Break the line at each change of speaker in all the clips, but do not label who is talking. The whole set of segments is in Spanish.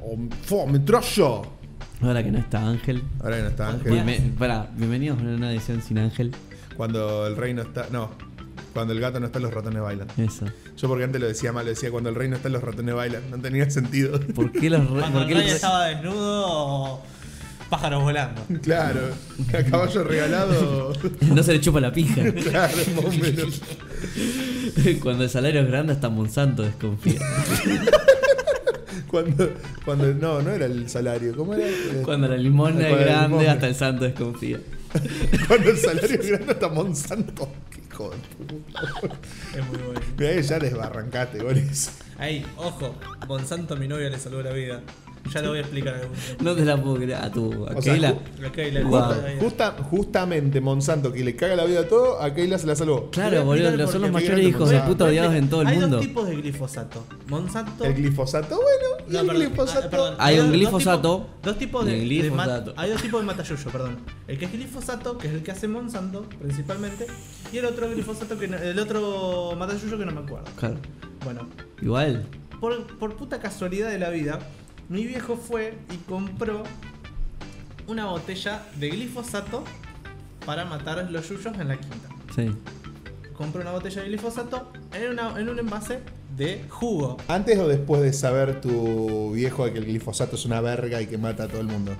o ¡Fo, me entró yo!
Ahora que no está Ángel.
Ahora que no está Ángel.
Bienve- pará, bienvenidos a una edición sin Ángel.
Cuando el rey no está. No. Cuando el gato no está, los ratones bailan.
Eso.
Yo porque antes lo decía mal, lo decía cuando el rey no está, los ratones bailan. No tenía sentido.
¿Por qué los re-
Cuando
por
el
qué
rey
los re-
estaba desnudo, pájaros volando.
claro. A caballo regalado.
no se le chupa la pija?
claro, más o menos.
Cuando el salario es grande hasta Monsanto desconfía.
Cuando, cuando. No, no era el salario. ¿Cómo era? Eh,
Cuando la limona
Cuando
es
la
grande
limona.
hasta el santo desconfía.
Cuando el salario es grande hasta Monsanto. Qué hijo de puta.
Es muy bueno.
Mirá que ya desbarrancaste con eso.
Ahí, ojo, Monsanto a mi novia le salvó la vida. Ya lo voy a explicar algún día.
No te la puedo creer. Ah, tú, a
O sea,
Keila.
tú-
La Keila,
Wow.
la Keila.
Justa- justamente Monsanto, que le caga la vida a todo, a Keila se la salvó.
Claro,
Voy a
boludo,
explicar
son
por
los
qué.
mayores
Fíjate,
hijos de
Monsanto.
puta odiados en todo el
Hay
mundo.
dos tipos de glifosato. Monsanto.
El glifosato, bueno. y
No,
el
perdón,
glifosato.
ah, perdón.
Hay un
dos
glifosato
tipos- Dos tipos
y
de,
el
de
glifosato.
mat- Hay dos tipos de matayuyo, perdón. El que es glifosato, que es el que hace Monsanto, principalmente. Y el otro glifosato, que no- el otro matayuyo que no me acuerdo.
Claro.
Bueno,
Igual.
por, por puta casualidad de la vida, mi viejo fue y compró una botella de glifosato para matar los yuyos en la quinta.
Sí.
Compró una botella de glifosato en, una- en un envase de jugo.
Antes o después de saber tu viejo de que el glifosato es una verga y que mata a todo el mundo.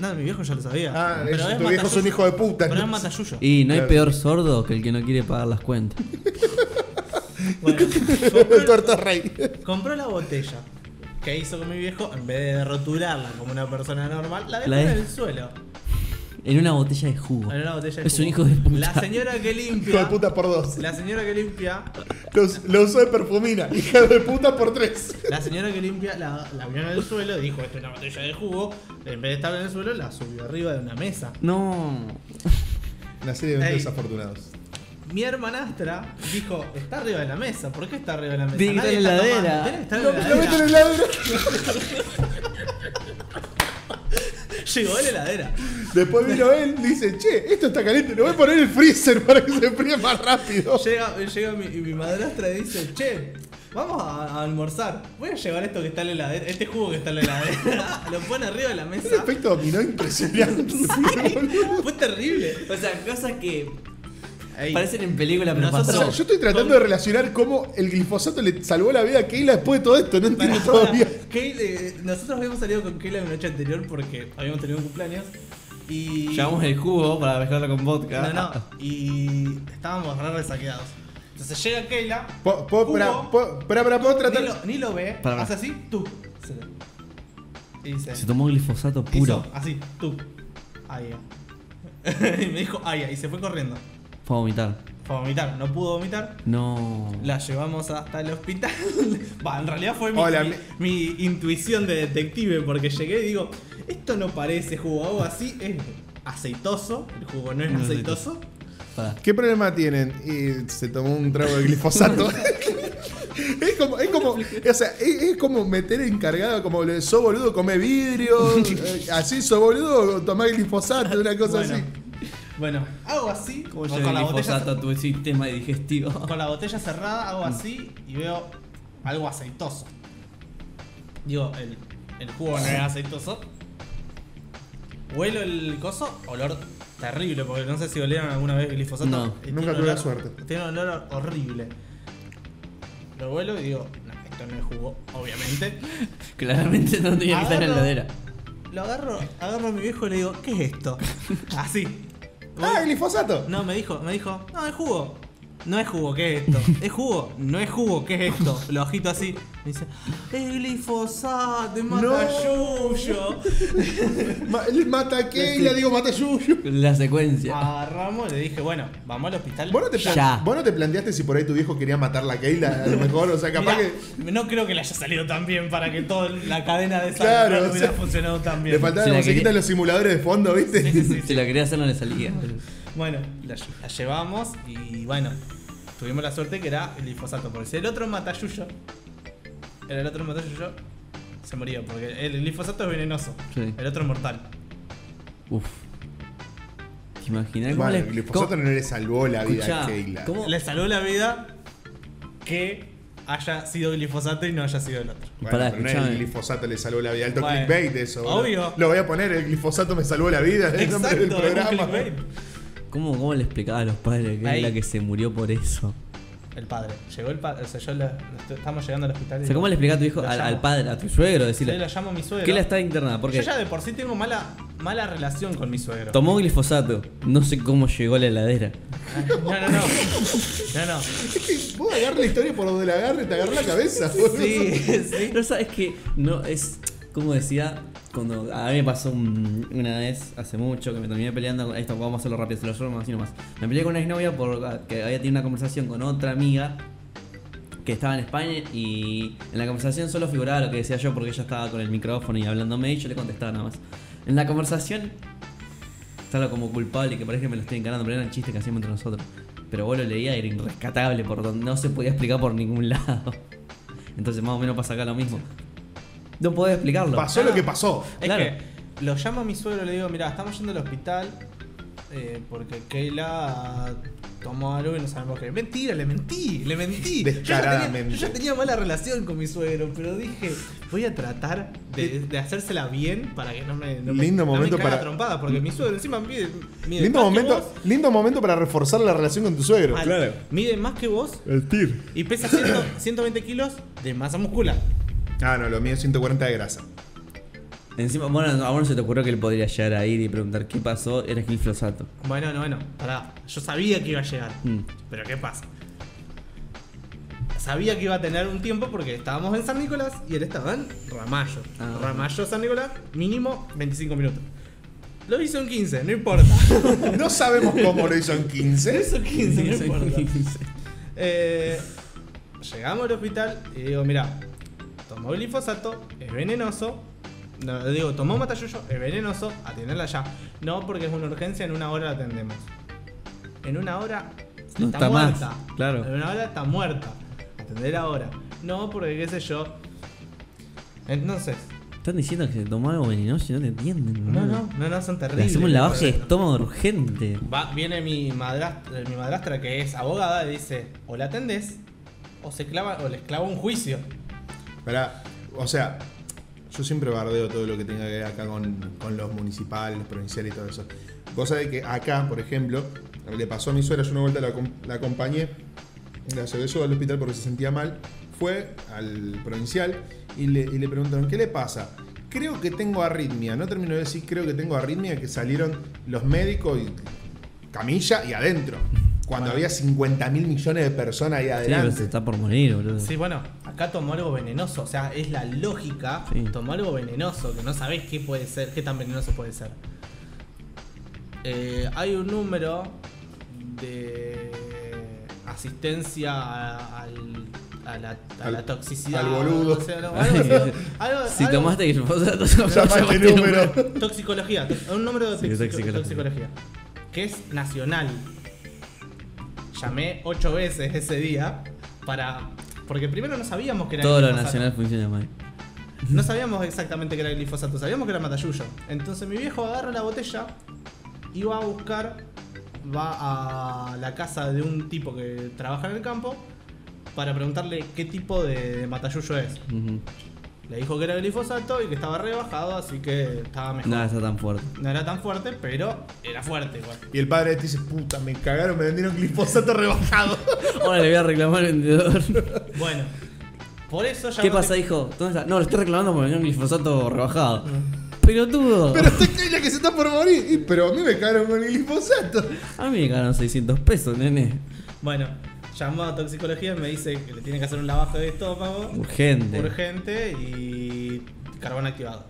No, mi viejo ya lo sabía.
Ah,
Pero
es-
es
tu viejo es un
matayuyo.
hijo de puta.
Pero es
entonces.
matayuyo.
Y no hay
Claro.
peor sordo que el que no quiere pagar las cuentas.
Bueno,
El
compró,
tuerto rey.
compró la botella. ¿Qué hizo con mi viejo? En vez de rotularla como una persona normal, la dejó
La
en
de-
el suelo.
En una botella de jugo.
En una botella de
Es un hijo
jugo.
de puta.
La señora que limpia.
Hijo de puta por dos.
La señora que limpia,
Los- Lo usó de perfumina. Hija de puta por tres.
la señora que limpia la, la vio en el suelo, dijo esto es una botella de jugo, en vez de estar en el suelo la subió arriba de una mesa.
No.
Una serie de eventos
Ey.
desafortunados.
Mi hermanastra dijo, está arriba de la mesa, ¿por qué está arriba de la mesa?
Tiene que
Nadie
estar en la
está
heladera.
tomando, tiene
Lo,
que estar en la
lo mete en
heladera.
el ladro.
Llegó a la heladera.
Después vino él, dice, che, esto está caliente, lo voy a poner en el freezer para que se enfríe más rápido.
Llega, llega mi, y mi madrastra y dice, che, vamos a, a almorzar. Voy a llevar esto que está en la heladera, este jugo que está en la heladera. Lo pone arriba de la
Un
mesa.
efecto dominó impresionante. boludo.
Fue terrible.
O sea, cosas que
Ey,
parecen en película, pero
O
Nosotros-
pasó.
sea, yo estoy tratando de relacionar cómo el glifosato le salvó la vida a Keila después de todo esto, no
Para,
entiendo
para.
todavía.
Kayla, eh, nosotros habíamos salido con Kayla la noche anterior porque habíamos tenido un cumpleaños y...
Llevamos el jugo para mezclarlo con vodka.
No, no, y estábamos re resaqueados. Entonces llega Kayla,
Po- po-
Hubo-
pará, po- pará, pará, ¿puedo
ni
tratar?
lo, ni lo ve,
Para, para.
hace así, tú. Se lo- Y dice...
Se tomó glifosato
hizo
puro.
así, tú. Ay, y me dijo, ay, y se fue corriendo.
Fue a vomitar.
Fue a vomitar, no pudo vomitar.
No.
La llevamos hasta el hospital. Va, en realidad fue mi,
Hola,
mi- mi intuición de detective, porque llegué y digo, esto no parece jugo o algo así, es aceitoso, el jugo no es
No es
aceitoso.
Pará.
¿Qué problema tienen? Y se tomó un trago de glifosato. es como, es como, o sea, es, es como meter encargado, como le so boludo, come vidrio, eh, así so boludo, tomá glifosato, una cosa
bueno,
así.
bueno, hago así,
¿Cómo
con
llega
la,
el
botella,
glifosato a tu sistema digestivo?
con la botella cerrada, hago así y veo algo aceitoso. Digo, el, el jugo no es aceitoso. Huelo el coso, olor terrible, porque no sé si olieron alguna vez glifosato.
No,
Y tiene
nunca
un
tuve la
olor-
suerte.
Tiene un olor horrible. Lo huelo y digo, no, esto no es jugo, obviamente.
Claramente no tenía que estar en la
Agarro-
heladera.
Lo agarro, agarro a mi viejo y le digo, ¿qué es esto? Así.
¡Ah,
Voy-
glifosato!
no, me dijo, me dijo, no, es jugo. No es jugo, ¿qué es esto? ¿Es jugo? No es jugo, ¿qué es esto? Lo ojito así. Me dice, es glifosato, es matayuyo.
Ma- él mata a
Este-
Keila, digo, mata a Yuyu.
La
Ah,
secuencia.
Agarramos, le dije, bueno, vamos al hospital.
¿Vos no, te plan-
Ya.
vos no te planteaste si por ahí tu viejo quería matarla a Keila? A lo mejor, o sea, capaz
Mirá,
que.
No creo que le haya salido tan bien para que toda la cadena de salud
Claro, o
hubiera
sea,
funcionado tan bien.
Le faltaba
Se
la
la
musiquita
quería- ¿Eh?
de los simuladores de fondo, ¿viste?
Sí, sí, sí, sí.
Si la quería hacer no le salía. boludo.
Bueno, la, lle- la llevamos y bueno, tuvimos la suerte que era el glifosato, porque si el otro matayuyo, era el otro matayuyo, se moría, porque el glifosato es venenoso,
Sí.
el otro es mortal.
Uf. ¿Te imaginas cómo
Vale,
le-
el glifosato
cómo-
no le salvó la vida
Escuchá,
a Keila.
¿cómo-
Le salvó la vida que haya sido glifosato y no haya sido el otro.
Bueno,
Pará,
pero no es
escuchame.
el glifosato le salvó la vida. Alto
Bueno,
clickbait eso. boludo.
obvio.
Lo voy a poner, el glifosato me salvó la vida. es el nombre del
Exacto, es un
programa.
clickbait.
¿Cómo, ¿Cómo le explicaba a los padres que
Ahí.
era que se murió por eso?
El padre. Llegó el padre. O sea, yo la- la- estamos llegando al hospital. y
O sea, ¿cómo le explicás a tu hijo,
lo
al,
llamo.
al padre, a tu suegro?
Yo
Decirle,
la llamo a mi suegro.
¿qué la está internada? Porque
Yo ya de por sí tengo mala, mala relación con mi suegro.
tomó glifosato, no sé cómo llegó a la heladera.
Ah, No, no, no. No, no.
Vos agarrás la historia por donde la agarre y te agarrás la cabeza. boludo.
sí. No sabes que no es como decía cuando a mí me pasó un- una vez hace mucho que me terminé peleando con esto vamos a hacerlo rápido, se lo llamo así nomás. Me peleé con una exnovia porque había tenido una conversación con otra amiga que estaba en España y en la conversación solo figuraba lo que decía yo porque ella estaba con el micrófono y hablándome y yo le contestaba nada más. En la conversación estaba como culpable que parece que me lo estoy encarando, pero eran chistes que hacíamos entre nosotros. Pero vos lo leía y era irrescatable por donde no se podía explicar por ningún lado. Entonces más o menos pasa acá lo mismo. No podés explicarlo.
Pasó lo que pasó.
Es
Claro.
que lo llamo a mi suegro y le digo, mira, estamos yendo al hospital eh, porque Keila tomó algo y no sabemos qué. Mentira, le mentí, le mentí. Yo ya tenía-
Descaradamente.
Yo ya tenía, mala relación con mi suegro, pero dije, voy a tratar de, de hacérsela bien para que no me... No me-
Lindo
no me
momento
caiga
para-
trompada, porque mi suegro encima mide... mide
Lindo
más que
momento,
vos.
lindo momento para reforzar la relación con tu suegro.
Mal. Mide más que vos
El tir.
y pesa 100 120 kilos de masa muscular.
Ah, no, lo mío es 140 de grasa.
Encima, bueno, a vos no se te ocurrió que él podría llegar a ir y preguntar qué pasó, era glifosato.
Bueno, no, bueno, pará. Yo sabía que iba a llegar.
Mm.
Pero ¿qué pasa? Sabía que iba a tener un tiempo porque estábamos en San Nicolás y él estaba en Ramallo.
Ah.
Ramallo, San Nicolás, mínimo 25 minutos. Lo hizo en 15, no importa.
No sabemos cómo lo hizo en
Lo
15.
hizo en 15, no importa. Eh, llegamos al hospital y digo, mira, tomó glifosato, es venenoso. No, digo, tomó matayuyo, es venenoso, atiéndela ya. No, porque es una urgencia, en una hora la atendemos. En una hora
No
está,
está más,
muerta.
claro.
En una hora está muerta. Atender ahora. No, porque qué sé yo. Eh, Entonces,
Están diciendo que se tomó algo venenoso y no te entienden.
no,
boludo.
no, no, no son
Le
terribles.
hacemos un lavaje de estómago urgente.
Va, viene mi madrastra, mi madrastra que es abogada y dice, o la atendés, o se clava, o les clava un juicio.
Pará, o sea, yo siempre bardeo todo lo que tenga que ver acá con, con los municipales, los provinciales y todo eso. Cosa de que acá, por ejemplo, le pasó a mi suegra, yo una vuelta la, acom- la acompañé, la llevé yo al hospital porque se sentía mal, fue al provincial y le, y le preguntaron, ¿qué le pasa? Creo que tengo arritmia, no termino de decir creo que tengo arritmia, que salieron los médicos y camilla y adentro. Cuando había 50 mil millones de personas ahí
Sí, pero
adelante.
se está por morir, boludo.
Sí, bueno, acá tomó algo venenoso, o sea, es la lógica,
Sí.
tomó algo venenoso, que no sabés qué puede ser, qué tan venenoso puede ser. Eh, hay un número de asistencia a, al- a la, a la
Al-
toxicidad.
al boludo.
o sea, no, algo, algo- algo-
si
algo-
tomaste glifosato,
Llama este número.
Toxicología, to- un número de
Sí,
toxico- toxicología.
toxicología.
Que es nacional. Llamé ocho veces ese día para. Porque primero no sabíamos que era
Todo lo
glifosato.
nacional funciona mal.
No sabíamos exactamente que era glifosato, sabíamos que era matayuyo. Entonces mi viejo agarra la botella y va a buscar, va a la casa de un tipo que trabaja en el campo para preguntarle qué tipo de, de matayuyo es.
Ujú.
Le dijo que era glifosato y que estaba rebajado, así que estaba mejor.
Nada está tan fuerte.
No era tan fuerte, pero era fuerte igual.
Y el padre te dice, puta, me cagaron, me vendieron glifosato rebajado.
Ahora le voy a reclamar al vendedor.
Bueno, por eso ya.
¿Qué
no
pasa,
te-
hijo? ¿Dónde está? No, lo estoy reclamando porque me dio un glifosato rebajado.
Ah.
Pelotudo.
Pero está Keila que se está por morir. Y, pero a mí me cagaron con el glifosato.
A mí me ganaron 600 pesos, nene.
Bueno, llamó a toxicología y me dice que le tiene que hacer un lavaje de estómago
Urgente.
urgente y carbón activado.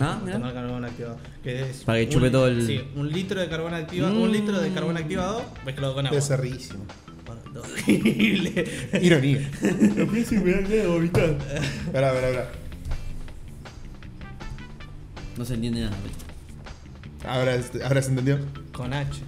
Ah, mirá.
Tomar carbón activado. Que es
Para que
un
chupe
li-
todo el-
Sí, un litro de carbón activado,
Mm.
un litro de carbón activado mezclado con agua.
Debe ser riquísimo.
Horrible.
Ironía. Lo pienso y me dan ganas de vomitar. Pará, pará, pará.
No se entiende nada.
Ahora, este, ahora se entendió.
con H.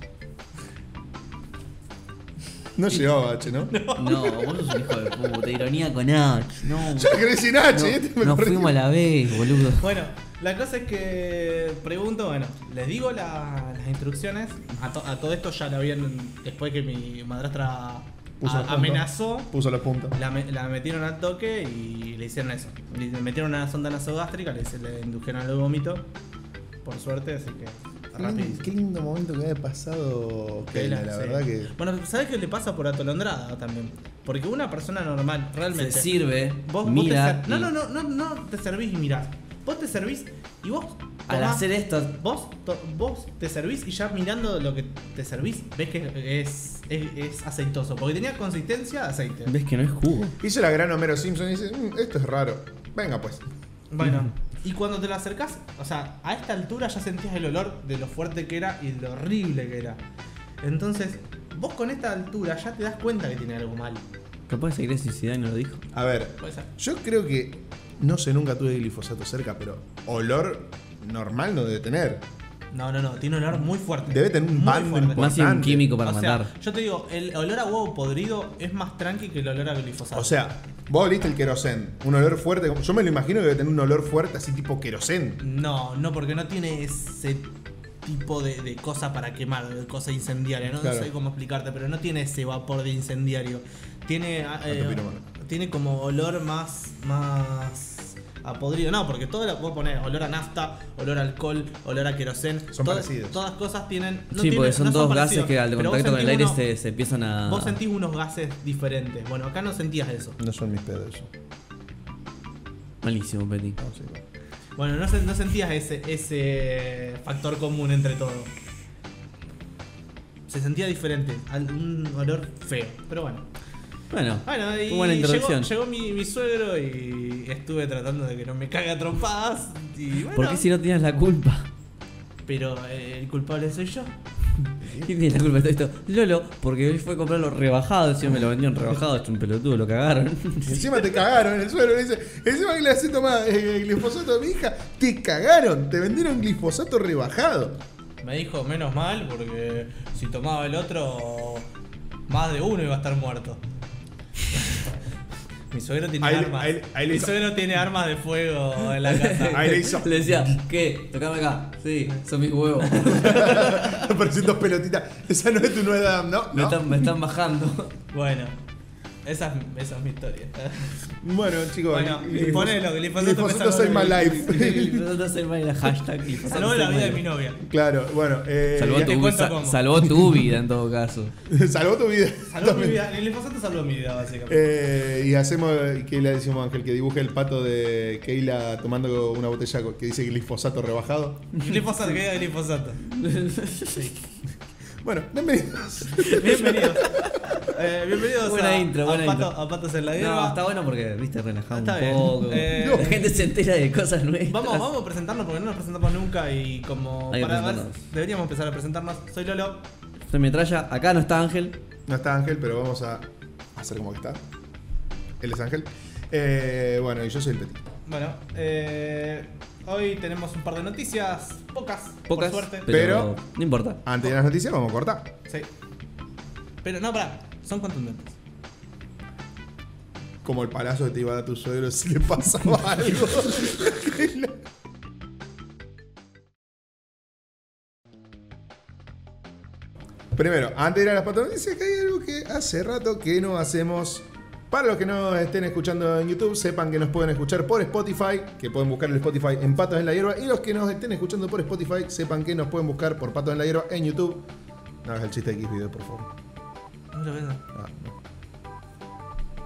No llevaba H, ¿no? Yo
No, vos sos un hijo de puta. Ironía con H. No.
lo creí sin H. y este me
No,
lo
nos
corrigió.
fuimos a la vez, boludo.
Bueno, la cosa es que pregunto, bueno, les digo la- las instrucciones. A, to- a todo esto ya lo habían, después que mi madrastra
Puso
a-
los puntos.
amenazó,
Puso los puntos.
la, me- la metieron al toque y le hicieron eso. Le metieron una sonda nasogástrica, le, se le indujeron al vómito. Por suerte, así que
Qué lindo-
rápido.
Qué lindo momento que había pasado Keila, la
Sí.
verdad que.
Bueno, ¿sabes qué le pasa por atolondrada también? Porque una persona normal,
Se
realmente.
sirve,
Vos, vos
mira.
te ser- no,
y
no, no, no, no te servís y mirás. Vos te servís y vos.
Al
tomás-
hacer esto,
Vos, to- vos te servís y ya mirando lo que te servís, ves que es, es, es aceitoso. Porque tenía consistencia de aceite.
ves que no es jugo.
Hizo la gran Homero Simpson y dice: "Mm, Esto es raro. Venga, pues.
Bueno, y cuando te lo acercás, o sea, a esta altura ya sentías el olor de lo fuerte que era y lo horrible que era. Entonces, vos con esta altura ya te das cuenta que tiene algo mal.
Capaz se quiere suicidar y no lo dijo.
A ver,
Puede ser.
yo creo que. No sé, nunca tuve glifosato cerca, pero olor normal no debe tener.
No, no, no, tiene un olor muy fuerte.
Debe tener un
Muy
bando
fuerte.
importante.
Más si es un químico para
o sea,
matar.
yo te digo, el olor a huevo podrido es más tranqui que el olor a glifosato.
O sea, vos oliste el querosén. Un olor fuerte. como- Yo me lo imagino que debe tener un olor fuerte así tipo querosén.
No, no, porque no tiene ese tipo de, de cosa para quemar, de cosa incendiaria. No,
Claro.
sé cómo explicarte, pero no tiene ese vapor de incendiario. Tiene, ah, eh,
piromano.
tiene como olor más, más a podrido. No, porque todo lo puedo poner olor a nafta, olor a alcohol, olor a querosén.
Son
Todas-
parecidos.
Todas cosas tienen. no
sí,
tiene-
porque son
no
todos gases
parecidos,
que al
pero vos
contacto con el
sentís
aire se,
uno-
se empiezan a.
Vos sentís unos gases diferentes. Bueno, acá no sentías eso.
No son mis pedos.
Malísimo, Petit.
No, sí, bueno.
Bueno, no, sen- no sentías ese, ese factor común entre todos. Se sentía diferente, al- un olor feo, pero bueno.
Bueno,
Bueno, y
fue buena introducción.
Llegó, llegó mi, mi suegro y estuve tratando de que no me caga a trompadas. Y bueno,
¿Por qué si no tenías la culpa?
pero eh, el culpable soy yo.
¿Quién tiene la culpa de todo esto? Lolo, porque él fue a comprarlo rebajado, encima me lo vendieron rebajado, es un pelotudo, lo cagaron.
Y encima te cagaron en el suelo. le Dice, encima que le haces tomar eh, glifosato a mi hija, te cagaron. Te vendieron glifosato rebajado.
Me dijo, menos mal, porque si tomaba el otro, más de uno iba a estar muerto. Mi suegro tiene
Ahí le-
armas.
ahí- ahí le
Mi
hizo-
suegro tiene armas de fuego en la casa.
Ahí le hizo.
Le decía, ¿qué? Tocame acá. Sí, son mis huevos.
Aparecen dos pelotitas. Esa no es tu nueva edad, ¿no?
Me,
no.
están, me están bajando.
Bueno, esa es, esa es mi historia.
Bueno, chicos.
Bueno,
glifos-
ponelo, glifosato
Glifosato
me salvó
save my
la
life.
Glifosato hacer mal la hashtag. glifosato
Salvo
hacer
la vida de
mal.
mi novia.
claro, bueno. Eh,
Salvó
te
tu,
cuento
sa-
cómo.
salvó tu vida en todo caso.
salvó tu vida.
Salvó mi vida. El glifosato salvó mi vida, básicamente.
Eh, y hacemos, ¿qué le decimos a Ángel? Que dibuje el pato de Keila tomando una botella que dice glifosato rebajado.
Glifosato, que era glifosato.
Bueno, bienvenidos.
Bienvenidos. Eh, bienvenidos
Buena
a,
intro,
a
buena
Pato-
intro.
a Patos en la hierba.
No, está bueno porque, viste, relajado
Está
un
bien.
poco.
Eh,
la gente se entera de cosas nuevas.
Vamos, vamos a presentarnos porque no nos presentamos nunca y como
Hay que
para ver,
presentarnos.
deberíamos empezar a presentarnos. Soy Lolo.
Se metralla. Acá no está Ángel.
No está Ángel, pero vamos a hacer como que está. Él es Ángel. Eh, bueno, y yo soy el Petit.
Bueno, eh, hoy tenemos un par de noticias, pocas,
Pocas.
por suerte.
Pero,
Pero-
no importa.
Antes de las noticias, vamos a cortar.
Sí. Pero no, pará, son contundentes.
Como el palazo que te iba a dar tu suegro si le pasaba algo. Primero, antes de ir a las cuatro noticias, que hay algo que hace rato que no hacemos. Para los que no estén escuchando en YouTube, sepan que nos pueden escuchar por Spotify, que pueden buscar el Spotify en Patos en la Hierba. Y los que nos estén escuchando por Spotify, sepan que nos pueden buscar por Patos en la Hierba en YouTube. No hagas el chiste de X video, por favor.
No lo veo.
Ah, no.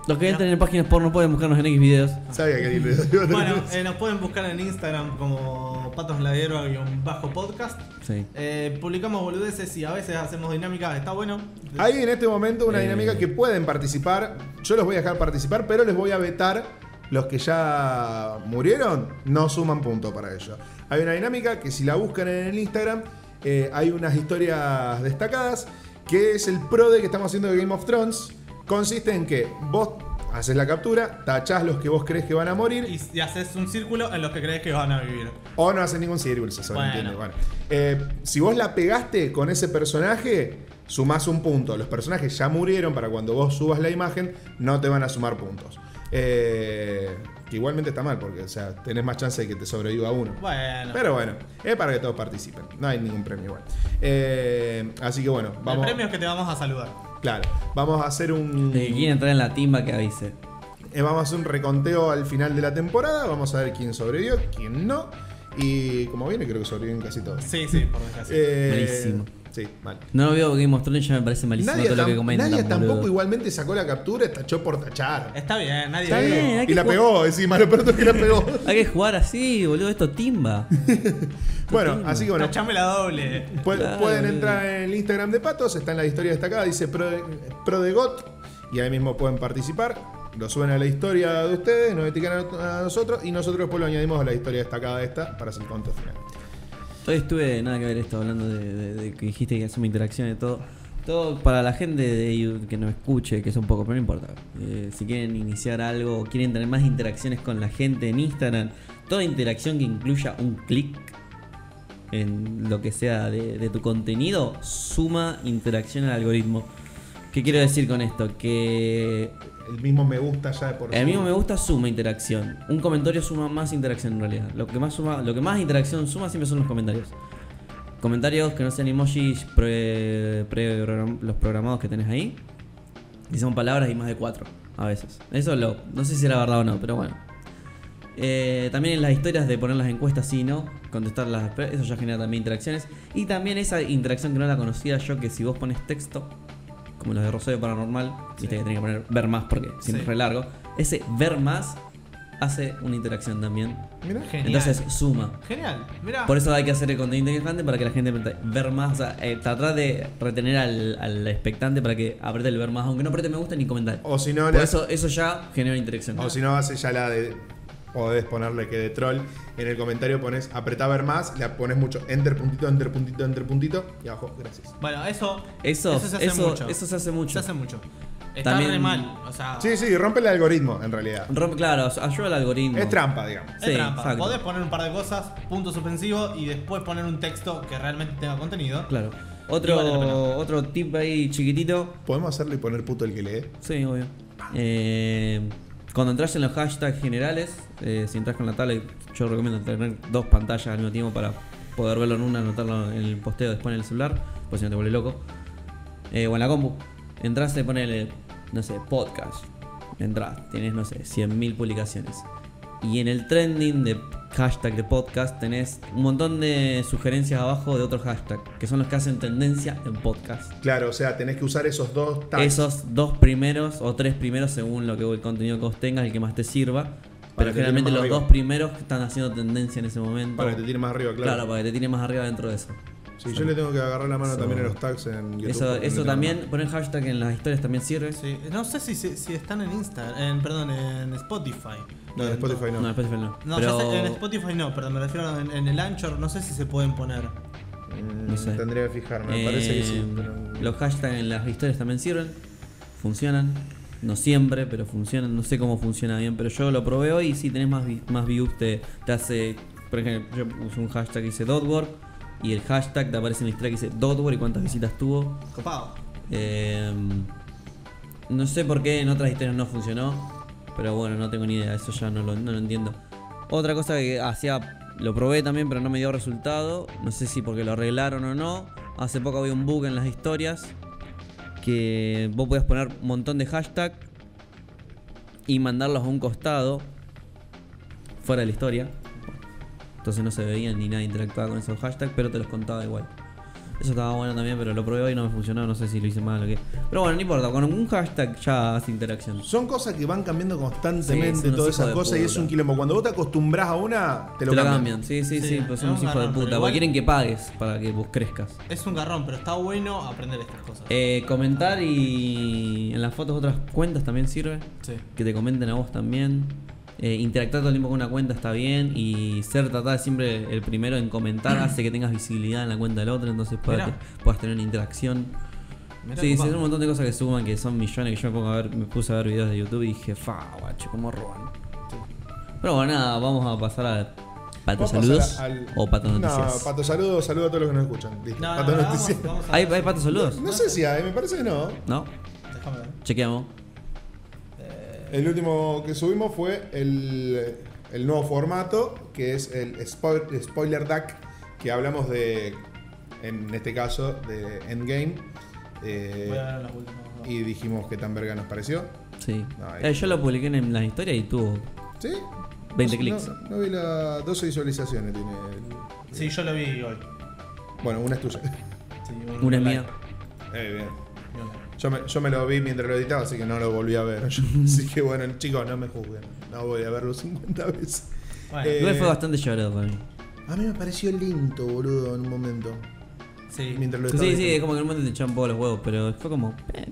Los que entran en páginas porno pueden buscarnos en X videos.
Sabía que alguien lo iba a
Bueno,
decir.
eh, nos pueden buscar en Instagram como Patos en la Hierba y un bajo podcast.
Sí.
Eh, publicamos boludeces y a veces hacemos dinámicas, está bueno.
Hay en este momento una
Eh.
dinámica que pueden participar. Yo los voy a dejar participar, pero les voy a vetar los que ya murieron. No suman punto para ello. Hay una dinámica que si la buscan en el Instagram, eh, hay unas historias destacadas, que es el PRODE que estamos haciendo de Game of Thrones. Consiste en que vos haces la captura, tachás los que vos crees que van a morir
Y, y haces un círculo en los que crees que van a vivir.
o no hace ningún círculo, se sobreentiende.
Bueno.
Bueno. Eh, si vos la pegaste con ese personaje, sumás un punto. Los personajes ya murieron para cuando vos subas la imagen, no te van a sumar puntos. Eh, que igualmente está mal, porque o sea, tenés más chance de que te sobreviva uno.
Bueno,
Pero bueno, es para que todos participen. No hay ningún premio igual. Eh, así que bueno,
el
vamos.
premio es que te vamos a saludar.
Claro, vamos a hacer un.
El que quiera entrar en la timba que avise.
Eh, vamos a hacer un reconteo al final de la temporada. Vamos a ver quién sobrevivió, quién no. Y como viene, creo que sobreviven casi todos.
Sí, sí, por desgracia.
Eh,
Malísimo.
Sí, mal.
No lo veo Game of Thrones ya me parece malísimo
Nadie,
todo lo que
tam-
comentan.
nadie tampoco
boludo.
igualmente sacó la captura, y tachó por tachar.
Está bien, nadie
Está
vio.
bien, hay
y
que
la
jugar-
pegó, encima, lo peor es que la pegó.
Hay que jugar así, boludo, esto timba.
bueno, así que bueno.
Tachame la doble.
Pu-
Claro,
pueden
boludo.
entrar en el Instagram de Patos, está en la historia destacada, dice Pro- Prodegot, y ahí mismo pueden participar. Lo suben a la historia de ustedes, nos etiquetan a a nosotros y nosotros después lo añadimos a la historia destacada esta para hacer el conto final.
Hoy estuve, nada que ver esto, hablando de, de- de que dijiste que hacemos interacciones, todo. Todo para la gente de YouTube que nos escuche, que es un poco, pero no importa. Eh, si quieren iniciar algo, quieren tener más interacciones con la gente en Instagram, toda interacción que incluya un clic en lo que sea de, de tu contenido, suma interacción al algoritmo. ¿Qué quiero decir con esto? Que
El mismo me gusta ya de por
El
sí.
mismo me gusta suma interacción. Un comentario suma más interacción en realidad. Lo que más suma, lo que más interacción suma siempre son los comentarios. Comentarios que no sean emojis pre, pre- los programados que tenés ahí. Y son palabras y más de cuatro a veces. Eso lo. No sé si era verdad o no, pero bueno. Eh, también en las historias de poner las encuestas sí y no, contestar las eso ya genera también interacciones. Y también esa interacción que no la conocía yo, que si vos pones texto, como los de Rosario Paranormal, viste que tenés que poner ver más porque siempre
Sí.
es re largo. Ese ver más hace una interacción también.
Mirá.
Genial.
Entonces suma.
Genial, mirá.
Por eso hay que hacer el contenido interesante para que la gente aprete- ver más, o sea, eh, tratar de retener al, al expectante para que apriete el ver más, aunque no apriete me gusta ni comentar.
O si no,
Por
le-
eso, eso ya genera interacción.
o si no hace ya la de. Podés ponerle que de troll. En el comentario pones apretá ver más, la pones mucho enter puntito, enter puntito, enter puntito. Y abajo, gracias.
Bueno, eso.
Eso,
se hace
eso-
mucho.
eso se hace mucho.
Se hace mucho. Está
También-
re mal. O sea,
Sí, sí, rompe el algoritmo en realidad.
Rom- claro, ayuda al algoritmo.
Es trampa, digamos.
es
Sí,
trampa.
exacto.
Podés poner un par de cosas, puntos suspensivos y después poner un texto que realmente tenga contenido.
Claro.
Y vale la pena.
Otro, otro tip ahí chiquitito.
¿Podemos hacerle y poner puto el que lee?
Sí, obvio. Eh, cuando entras en los hashtags generales, eh, si entras con la tablet, yo recomiendo tener dos pantallas al mismo tiempo para poder verlo en una, anotarlo en el posteo después en el celular, pues si no te vuelve loco. Eh, o en la compu. Entras, te pone, no sé, podcast. Entras, tienes, no sé, 100.000 publicaciones. Y en el trending de hashtag de podcast tenés un montón de sugerencias abajo de otros hashtags, que son los que hacen tendencia en podcast.
Claro, o sea, tenés que usar esos dos tags.
Esos dos primeros o tres primeros, según lo que el contenido que vos tengas, el que más te sirva.
Para
Pero
que
generalmente
te
los
tire más arriba.
dos primeros que están haciendo tendencia en ese momento.
Para que te tire más arriba,
claro.
claro.
para que te tire más arriba dentro de eso.
Sí, yo le tengo que agarrar la mano
Eso-
también a los tags en YouTube.
eso
porque no
eso
tengo
también,
nada.
poner hashtag en las historias también sirve.
Sí, No sé si, si, si están en Instagram, en, perdón, en Spotify.
No, en Spotify no.
No, en Spotify no.
No,
Pero-
ya sé, en Spotify no, perdón, me refiero en, en el Anchor, no sé si se pueden poner.
Mm,
no sé.
Tendría que fijarme, me parece que sí.
Eh,
pero-
Los hashtags en las historias también sirven. Funcionan. No siempre, pero funcionan. No sé cómo funciona bien, pero yo lo probé hoy y si tenés más, vi- más views te, te hace... Por ejemplo, yo usé un hashtag que dice Dotwork y el hashtag te aparece en mi track que dice Dotwork y cuántas visitas tuvo.
Copado.
Eh, no sé por qué en otras historias no funcionó, pero bueno, no tengo ni idea, eso ya no lo, no lo entiendo. Otra cosa que hacía, lo probé también, pero no me dio resultado, no sé si porque lo arreglaron o no. Hace poco había un bug en las historias que vos podías poner un montón de hashtag y mandarlos a un costado fuera de la historia. Entonces no se veían ni nada interactuaba con esos hashtags, pero te los contaba igual. Eso estaba bueno también, pero lo probé hoy y no me funcionó, no sé si lo hice mal o qué. Pero bueno, no importa, con un hashtag ya hace interacción.
Son cosas que van cambiando
Sí,
constantemente,
son
todas
unos hijos
esas
de
cosas, y es
puta.
un quilombo. Cuando vos te acostumbras a una, te
Te
lo, cambian.
Sí, sí, sí,
Sí,
pues
es
son unos
un
hijos de
garrón, pero
puta.
igual-
Porque quieren que pagues para que vos crezcas.
Es un garrón, pero está bueno aprender estas cosas.
Eh, comentar y en las fotos otras cuentas también sirve.
Sí.
Que te comenten a vos también. Eh, interactuar todo el tiempo con una cuenta está bien. Y ser tratada siempre el primero en comentar hace que tengas visibilidad en la cuenta del otro. Entonces puedas,
Mirá.
puedas tener una interacción.
Mirá,
Sí, sí,
copado.
son un montón de cosas que suman, que son millones, que yo me, pongo a ver, me puse a ver videos de YouTube y dije, fa, guacho, cómo roban. Pero bueno, nada, vamos a pasar a Pato
Vamos a
Saludos
pasar al-
o Pato Noticias.
No, pato saludos, saludos a todos los que nos escuchan. Listo,
No, no,
pato
no,
noticias.
vamos, vamos a
¿Hay, ¿Hay Pato Saludos?
No sé si hay, me parece que no.
¿No?
Déjame ver.
Chequeamos.
El último que subimos fue el, el nuevo formato, que es el spoil- Spoiler Duck, que hablamos de, en este caso, de Endgame. Eh,
Voy a ver los últimos.
y dijimos qué tan verga nos pareció.
Sí.
Ay.
Eh, yo lo publiqué en la historia y tuvo
¿Sí?
20
No-
clics.
No, vi las 12 visualizaciones. Tiene el-
Sí, yo lo vi hoy.
Bueno, una es tuya.
Sí,
Una es mía.
Eh, bien.
y una-
Yo me, yo me lo vi mientras lo editaba, así que no lo volví a ver. así que bueno, chicos, no me juzguen. No voy a verlo 50 veces.
Bueno,
Eh,
Igual fue bastante llorado para mí.
A mí me pareció lento, boludo, en un momento.
sí.
Mientras lo
Sí,
estaba
sí,
editando.
es como que en un momento te echaban todos los huevos, pero fue como. eh,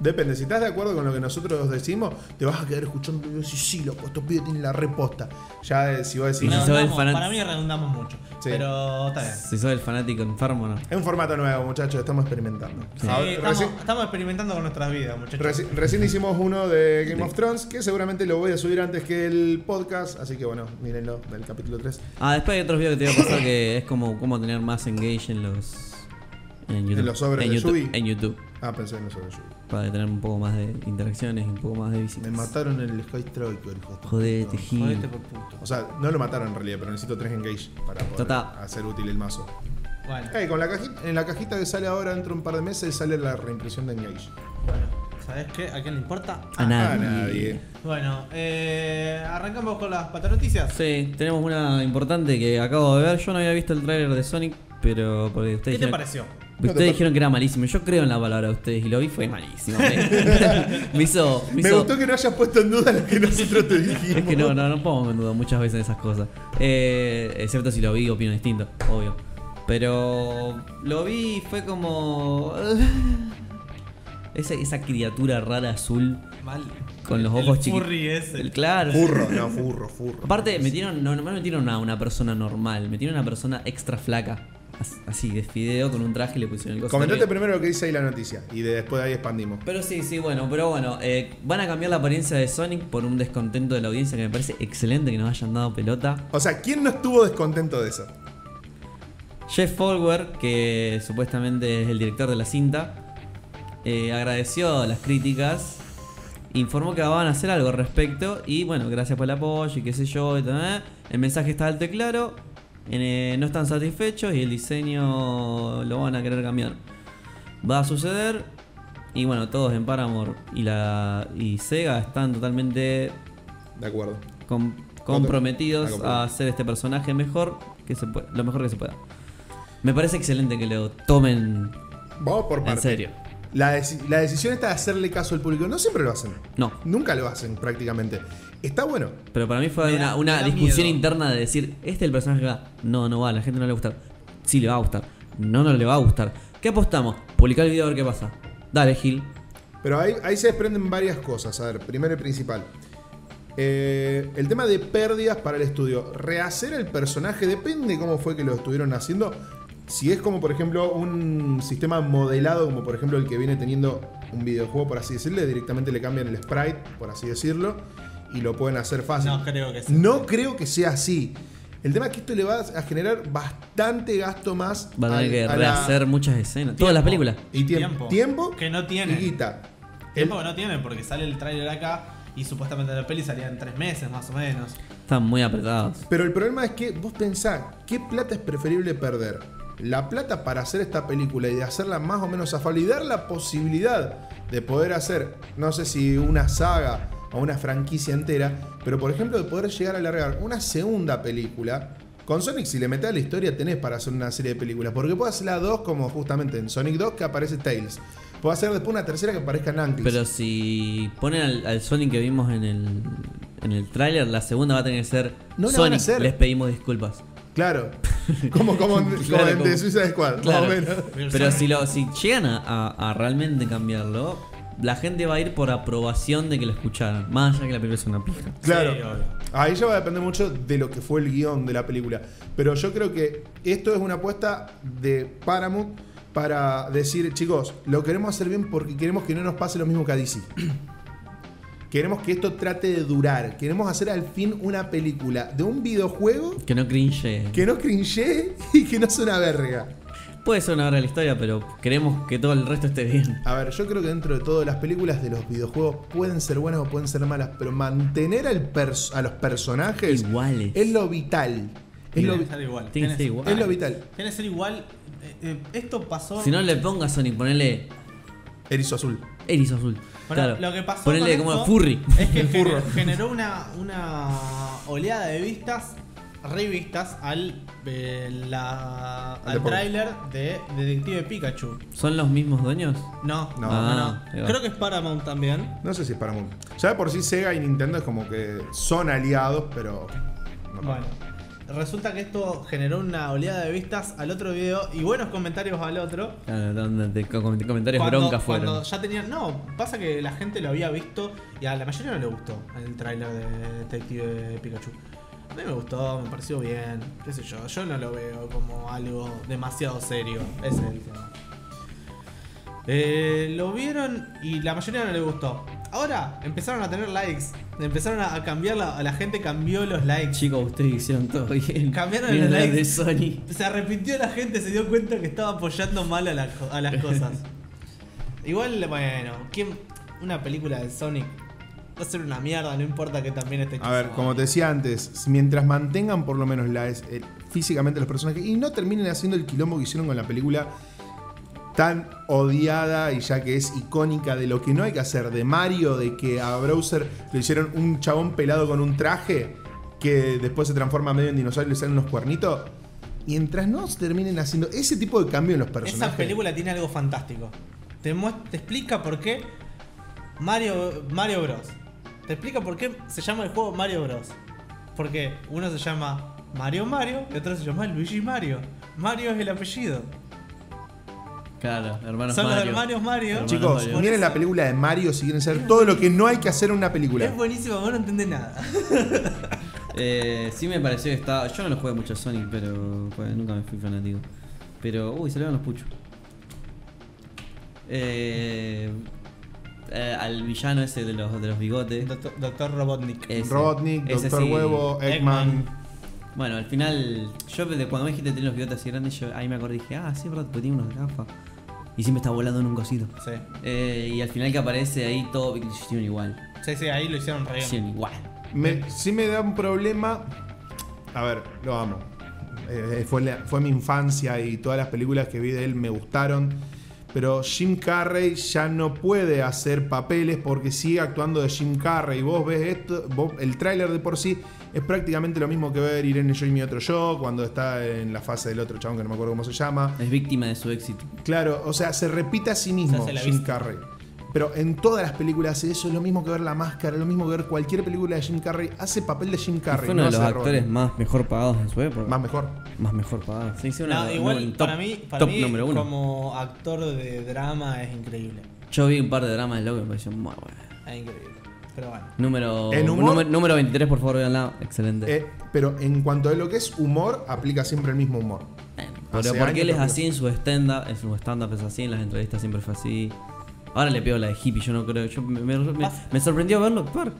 Depende, si estás de acuerdo con lo que nosotros decimos, te vas a quedar escuchando y decís, sí, loco, estos pibes tienen la reposta. Ya eh, si vos decís,
No. se ve el
Redundamos,
fanat-
para mí redundamos mucho.
Sí.
Pero está bien.
Si sos el fanático enfermo, no.
es un formato nuevo, muchachos, estamos experimentando.
Sí,
A-
estamos,
reci-
estamos experimentando con nuestras vidas, muchachos.
reci- recién hicimos uno de Game of Thrones, que seguramente lo voy a subir antes que el podcast, así que bueno, mírenlo del capítulo 3.
Ah, después hay otros videos que te voy a pasar que es como cómo tener más engage en los. En YouTube.
los sobres de
YouTube,
Yubi.
En YouTube.
Ah, pensé en eso de Yubi.
Para tener un poco más de interacciones, un poco más de visitas.
Me mataron el Sky Striker, hijo. de-
Jodete,
Jodete
Gil.
por puto.
O sea, no lo mataron en realidad, pero necesito 3 engage para poder
Total.
hacer útil el mazo.
Bueno,
Eh, con la cajita, en la cajita que sale ahora dentro de un par de meses sale la reimpresión de engage.
bueno. ¿Sabes qué? ¿A quién le importa?
Ah,
A nadie.
Bueno, eh, arrancamos con las patanoticias.
Sí, tenemos una importante que acabo de ver. Yo no había visto el tráiler de Sonic, pero porque
¿Qué
ustedes
te
dijeron-
pareció?
Ustedes
No te par-
dijeron que era malísimo. Yo creo en la palabra de ustedes y lo vi fue malísimo. Me, me hizo. Me,
Me
hizo-
gustó que no hayas puesto en duda lo que nosotros te dijimos.
Es que no, no, no pongo en duda muchas veces esas cosas. Eh, excepto si lo vi, opino distinto, obvio. Pero lo vi y fue como. Esa, esa criatura rara azul
Mal.
con los
El
ojos chiquitos.
furry ese.
El claro.
Furro, no, furro, furro.
Aparte, metieron, no, no metieron a una persona normal, metieron a una persona extra flaca. As- Así, de fideo, con un traje y le pusieron el coso
Comentate
arriba.
primero lo que dice ahí la noticia y de- después de ahí expandimos.
Pero sí, sí, bueno, pero bueno, eh, van a cambiar la apariencia de Sonic por un descontento de la audiencia que me parece excelente que nos hayan dado pelota.
O sea, ¿quién no estuvo descontento de eso?
Jeff Folwer, que supuestamente es el director de la cinta, eh, agradeció las críticas, informó que van a hacer algo al respecto y bueno, gracias por el apoyo y qué sé yo. y tal, el mensaje está alto y claro, eh, no están satisfechos y el diseño lo van a querer cambiar. Va a suceder y bueno, todos en Paramore y, la, y Sega están totalmente
De acuerdo.
com- comprometidos
Ah,
a hacer este personaje mejor que se pueda, lo mejor que se pueda. Me parece excelente que lo tomen
Vamos por
en
partes.
serio.
La, deci- la decisión está de hacerle caso al público. No siempre lo hacen.
No,
Nunca lo hacen prácticamente. Está bueno.
pero para mí fue
Me
una,
da-
una
me da
discusión
miedo.
interna de decir, este es el personaje que va, no, no va, a la gente no le va a gustar. Sí le va a gustar, no, no le va a gustar. ¿Qué apostamos? Publicar el video a ver qué pasa. Dale, Gil.
Pero ahí, ahí se desprenden varias cosas. A ver, primero y principal. Eh, el tema de pérdidas para el estudio. Rehacer el personaje depende cómo fue que lo estuvieron haciendo. Si es como, por ejemplo, un sistema modelado, como por ejemplo el que viene teniendo un videojuego, por así decirlo, directamente le cambian el sprite, por así decirlo, y lo pueden hacer fácil.
No creo que sea.
Ah, No creo que sea así. El tema es que esto le va a generar bastante gasto más.
Van a
al-
tener que
a la-
rehacer muchas escenas. Todas las películas.
Y tiempo. Tiempo
Que no
y
tienen.
guita. El-
Tiempo que no tienen porque sale el tráiler acá y supuestamente la peli salía en tres meses más o menos.
Están muy apretados.
Pero el problema es que vos pensás, ¿qué plata es preferible perder? La plata para hacer esta película y de hacerla más o menos afable y dar la posibilidad de poder hacer, no sé si una saga o una franquicia entera, pero por ejemplo de poder llegar a alargar una segunda película. Con Sonic, si le metés a la historia, tenés para hacer una serie de películas. Porque puedes hacer la 2 como justamente en Sonic 2 que aparece Tails. Puedes hacer después una tercera que aparezca Knuckles.
Pero si ponen al, al Sonic que vimos en el, en el tráiler, la segunda va a tener que ser
No la van a
Sonic.
hacer.
Les pedimos disculpas.
Claro. Como, como, en- como
Claro,
en
como-
The Suicide Squad,
Claro.
más o menos.
Pero si lo, si llegan a, a- a realmente cambiarlo, la gente va a ir por aprobación de que lo escucharon. Más allá que la película es una pija.
Claro.
Sí, obvio.
Ahí ya va a depender mucho de lo que fue el guión de la película. Pero yo creo que esto es una apuesta de Paramount para decir, chicos, lo queremos hacer bien porque queremos que no nos pase lo mismo que a DC. queremos que esto trate de durar. Queremos hacer al fin una película de un videojuego
Que no cringe.
que no cringe y que no sea una verga.
Puede ser una hora de la historia, pero queremos que todo el resto esté bien.
A ver, yo creo que dentro de todo las películas de los videojuegos pueden ser buenas o pueden ser malas, pero mantener al pers- a los personajes
Iguales.
es lo vital. Es lo,
Tiene
vi-
que ser igual.
Tiene que ser igual.
es lo vital.
Tiene que ser igual. Eh, eh, esto pasó.
Si no le pongas Sonic, ponele
Erizo azul.
erizo azul.
Bueno,
claro.
lo que pasó
Ponele
con
como
esto
furry.
Es que
El furro.
gener- generó una, una oleada de vistas, revistas al, eh, la-
Al
al
deporte.
tráiler de Detective Pikachu.
¿Son los mismos dueños?
No, no,
No.
Ah,
no.
ahí va.
Creo que es Paramount también.
No sé si es Paramount. Ya de por sí Sega y Nintendo es como que son aliados, pero. no.
Bueno, resulta que esto generó una oleada de vistas al otro video y buenos comentarios al otro.
Claro, donde te- con- con comentarios
Cuando-
broncas fueron.
cuando ya tenían. No, pasa que la gente lo había visto y a la mayoría no le gustó el tráiler de Detective Pikachu. A mí me gustó, me pareció bien, qué sé yo, yo no lo veo como algo demasiado serio, ese es el tema. Eh, lo vieron y la mayoría no le gustó. Ahora empezaron a tener likes, empezaron a a cambiar, la, a la gente cambió los likes.
Chicos, ustedes hicieron todo bien.
Cambiaron
Vieron
el
las
like.
de Sony.
Se arrepintió la gente, se dio cuenta que estaba apoyando mal a, la co- a las cosas. Igual, bueno, ¿quién- una película de Sonic va a ser una mierda, no importa que también esté
A ver,
hecho
como te decía antes, mientras mantengan por lo menos la, es- el- físicamente los personajes y no terminen haciendo el quilombo que hicieron con la película tan odiada y ya que es icónica de lo que no hay que hacer, de Mario, de que a Browser le hicieron un chabón pelado con un traje que después se transforma medio en dinosaurio y le salen unos cuernitos. Mientras no se terminen haciendo ese tipo de cambio en los personajes.
Esa película tiene algo fantástico. Te, muest- te explica por qué Mario, Mario Bros. Te explica por qué se llama el juego Mario Bros. Porque uno se llama Mario Mario y otro se llama Luigi Mario. Mario es el apellido.
Claro, hermanos
Son los
Mario.
hermanos Mario.
Hermanos
Chicos,
Mario.
miren la película de Mario si quieren saber todo lo que no hay que hacer en una película.
Es buenísimo, vos no entendés nada.
Eh, sí me pareció que estaba. Yo no lo jugué mucho a Sonic, pero pues, nunca me fui fanático. Pero, uy, salieron los puchos. Eh, eh, al villano ese de los, de los bigotes.
Doctor, Doctor Robotnik.
Eh,
ese.
Robotnik,
Ese
Doctor
sí.
Huevo,
Eggman.
Eggman.
Bueno, al final, yo de cuando me dijiste que tenía los bigotes así grandes, yo ahí me acordé y dije, ah, sí, es verdad, porque tiene unos gafas. Y siempre está volando en un cosito.
Sí.
Eh, y al final que aparece ahí todo, hicieron igual.
sí, sí, ahí lo hicieron re bien.
Hicieron igual.
Me, sí me da un problema. A ver, lo amo. Eh, fue, la- fue mi infancia y todas las películas que vi de él me gustaron. Pero Jim Carrey ya no puede hacer papeles porque sigue actuando de Jim Carrey. Vos ves esto, vos- el tráiler de por sí es prácticamente lo mismo que ver Irene Yo y mi otro yo cuando está en la fase del otro chabón que no me acuerdo cómo se llama.
Es víctima de su éxito.
Claro, o sea, se repite a sí mismo
Se hace la
Jim
vista.
Carrey. Pero en todas las películas hace eso, es lo mismo que ver La Máscara, lo mismo que ver cualquier película de Jim Carrey. Hace papel de Jim Carrey.
Fue uno
no
de los
hace rol.
actores más mejor pagados en su época.
Más mejor.
Más mejor pagado. Sí, sí, una-
No, igual
un top-
para mí, para
top
mí
número uno.
como actor de drama es increíble.
Yo vi un par de dramas de loco que me pareció muy bueno.
Es increíble. Pero bueno.
Número,
¿En humor?
número, número 23, por favor, véanla. Excelente.
Eh, pero en cuanto a lo que es humor, aplica siempre el mismo humor.
Pero
hace
porque él
años
es
lo
así en su stand-up, en su stand-up es así, en las entrevistas siempre fue así. Ahora le pido la de hippie, yo no creo. Yo me, me- me-
Pasa.
me sorprendió verlo actuar.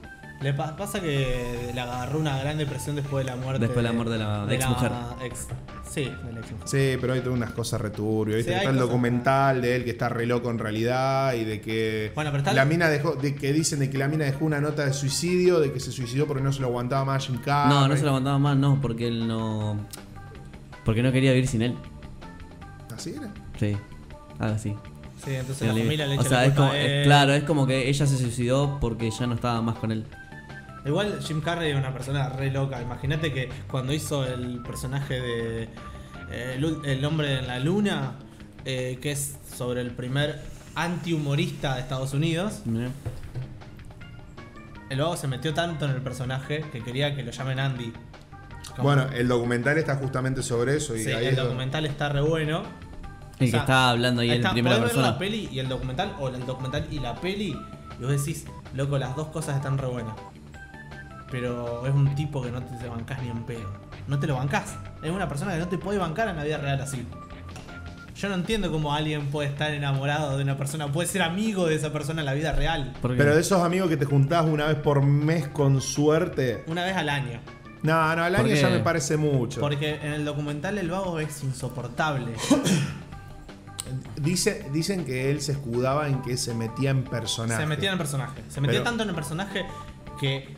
Le pa- pasa que le agarró una gran depresión después de la muerte.
Después de la muerte de la- de exmujer.
ex- sí, de la ex mujer.
Sí, pero hay todas unas cosas returbio. ¿viste?
Sí, hay
está el
cosas-
documental de él que está re loco en realidad y de que
Bueno, pero está-
la mina dejó, de que dicen de que la mina dejó una nota de suicidio, de que se suicidó porque no se lo aguantaba más Jim Carrey.
no, no se lo aguantaba más, no, porque él no. Porque no quería vivir sin él.
¿Así era?
Sí, algo así.
Sí, entonces la familia le echa
o sea,
la
es
culpa
como,
a
es-
él.
claro, es como que ella se suicidó porque ya no estaba más con él.
Igual Jim Carrey es una persona re loca. Imagínate que cuando hizo el personaje de eh, el, ul- el hombre en la luna, eh, que es sobre el primer antihumorista de Estados Unidos,
Mirá.
el vago se metió tanto en el personaje que quería que lo llamen Andy. Como-
Bueno, el documental está justamente sobre eso. Y
sí,
ahí
el
es donde-
documental está re bueno.
El
O sea,
que estaba hablando ahí en
está-
primera
podés ver
persona.
la peli y el documental, o el documental y la peli, y vos decís, loco, las dos cosas están re buenas. Pero es un tipo que no te, te bancás ni en pedo. No te lo bancás. Es una persona que no te puede bancar en la vida real así. Yo no entiendo cómo alguien puede estar enamorado de una persona, puede ser amigo de esa persona en la vida real.
¿Por qué?
Pero de esos amigos que te juntás una vez por mes con suerte.
Una vez al año.
No, no, al
¿Por
año
qué?
ya me parece mucho.
Porque en el documental el vago es insoportable.
Dice- dicen que él se escudaba en que se metía en personaje.
Se metía en el personaje. Se metía
Pero-
tanto en el personaje que.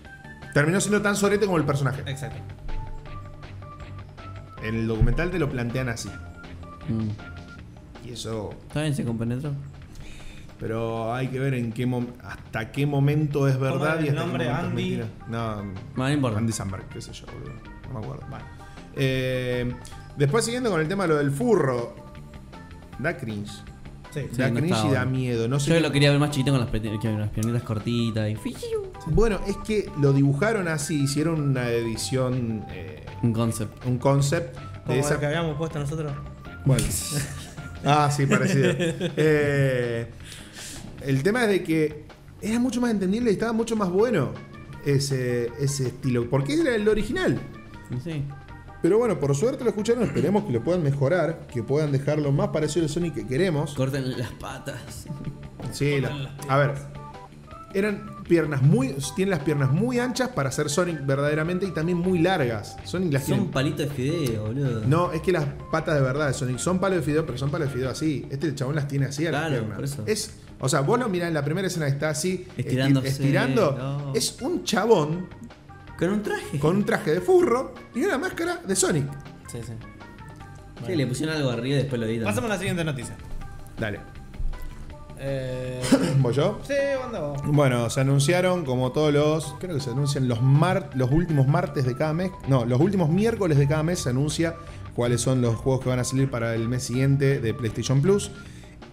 Terminó siendo tan sorete como el personaje.
Exacto.
En el documental te lo plantean así.
Mm.
Y eso.
¿Está bien se compenetró?
Pero hay que ver en qué mom- hasta qué momento es
¿Cómo
verdad
era
y
el
hasta
nombre?
qué momento
Andy.
es mentira. No,
Bueno, no importa.
Andy Samberg, qué sé yo, boludo. No me acuerdo.
Vale.
Eh, después siguiendo con el tema de lo del furro. Da cringe.
Sí.
Sí,
da
no
cringe
está
y da
bueno.
miedo. No sé
Yo
qué-
lo quería ver más chiquito con las, pete- con las piernitas cortitas y fiu,
Bueno, es que lo dibujaron así, hicieron una edición, eh,
un concept.
un concept
Como
de esa
el que habíamos puesto nosotros.
¿Cuál? ah, sí, parecido. Eh, el tema es de que era mucho más entendible y estaba mucho más bueno ese, ese estilo. Porque era el original.
No sé.
Pero bueno, por suerte lo escucharon. Esperemos que lo puedan mejorar, que puedan dejarlo más parecido al Sonic que queremos.
Corten las patas.
Sí, la- a ver. Eran piernas muy. Tienen las piernas muy anchas para hacer Sonic verdaderamente y también muy largas. Sonic las
Son
tiene.
palitos de fideo, boludo.
No, es que las patas de verdad de Sonic son palo de fideo, pero son palo de fideo así. Este chabón las tiene así a
Claro,
las piernas.
por eso.
Es, o sea, vos lo mirás en la primera escena que está así, esti-
Estirándose,
estirando.
no.
Es un chabón
Con un traje.
con un traje de furro y una máscara de Sonic.
Sí, sí.
Sí, le pusieron algo arriba y después lo editan.
Pasamos a la siguiente noticia.
Dale.
Eh,
¿Voy yo?
sí, anda vos.
Bueno, se anunciaron como todos los. Creo que se anuncian los, mar- los últimos martes de cada mes. No, los últimos miércoles de cada mes se anuncia cuáles son los juegos que van a salir para el mes siguiente de PlayStation Plus.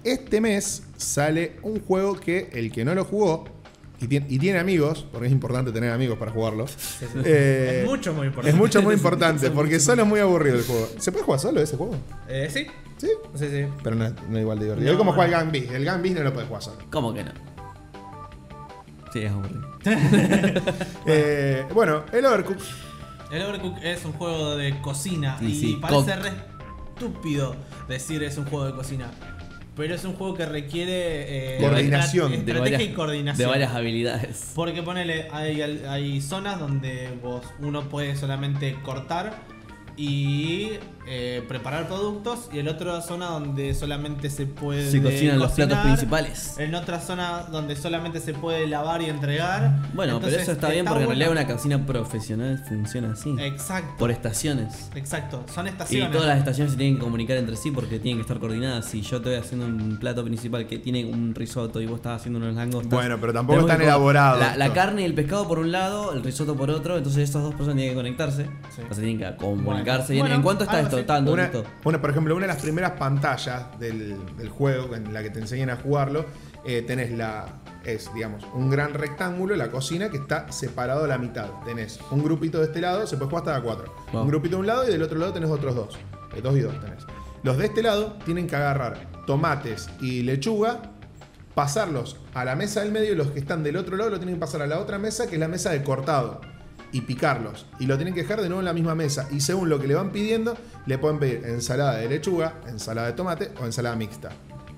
Este mes sale un juego que el que no lo jugó y tiene, y tiene amigos, porque es importante tener amigos para jugarlo. eh,
es mucho muy importante.
es mucho, muy importante, porque solo es muy aburrido el juego. ¿Se puede jugar solo ese juego?
Eh, sí,
Sí.
sí, sí.
Pero no, no igual de divertido.
No,
es como jugar
no.
el Gambis. El Gambis no lo puedes jugar solo.
¿Cómo que no? Sí, es aburrido.
Eh, bueno, el Overcooked.
El Overcook es un juego de cocina
Y
y
sí,
parece
coc.
re estúpido decir es un juego de cocina. Pero es un juego que requiere eh,
Coordinación.
estra-
De
De
estrategia
varias-
y coordinación.
De varias habilidades.
Porque ponele, hay, hay zonas donde vos uno puede solamente cortar y eh, preparar productos y en otra zona donde solamente se puede
Se cocinan los platos
cocinar,
principales.
en otra zona donde solamente se puede lavar y entregar
Bueno,
Entonces,
pero eso está, bien porque en realidad
bueno.
una cocina profesional funciona así.
exacto
Por estaciones.
exacto son
Y
estaciones
todas las estaciones se tienen que comunicar entre sí porque tienen que estar coordinadas. Si yo te voy haciendo un plato principal que tiene un risotto y vos estás haciendo unos langostas.
Bueno, pero tampoco
tenemos
tan
que co-
elaborado
La, la
esto.
carne y el pescado por un lado, el risotto por otro. Entonces estas dos personas tienen que conectarse.
Sí.
O sea, tienen que comunicarse bien.
Bueno,
¿En cuánto está
algo
esto?
así.
Tanto,
Una,
listo.
una, por ejemplo, una de las primeras pantallas del, del juego en la que te enseñan a jugarlo, eh, tenés la. Es, digamos, un gran rectángulo, la cocina, que está separado a la mitad. Tenés un grupito de este lado, se puede jugar hasta de cuatro.
Wow.
Un grupito de un lado y del otro lado tenés otros dos. Eh, dos y dos tenés. Los de este lado tienen que agarrar tomates y lechuga, pasarlos a la mesa del medio y los que están del otro lado lo tienen que pasar a la otra mesa, que es la mesa de cortado, y picarlos. Y lo tienen que dejar de nuevo en la misma mesa. Y según lo que le van pidiendo, le pueden pedir ensalada de lechuga, ensalada de tomate o ensalada mixta.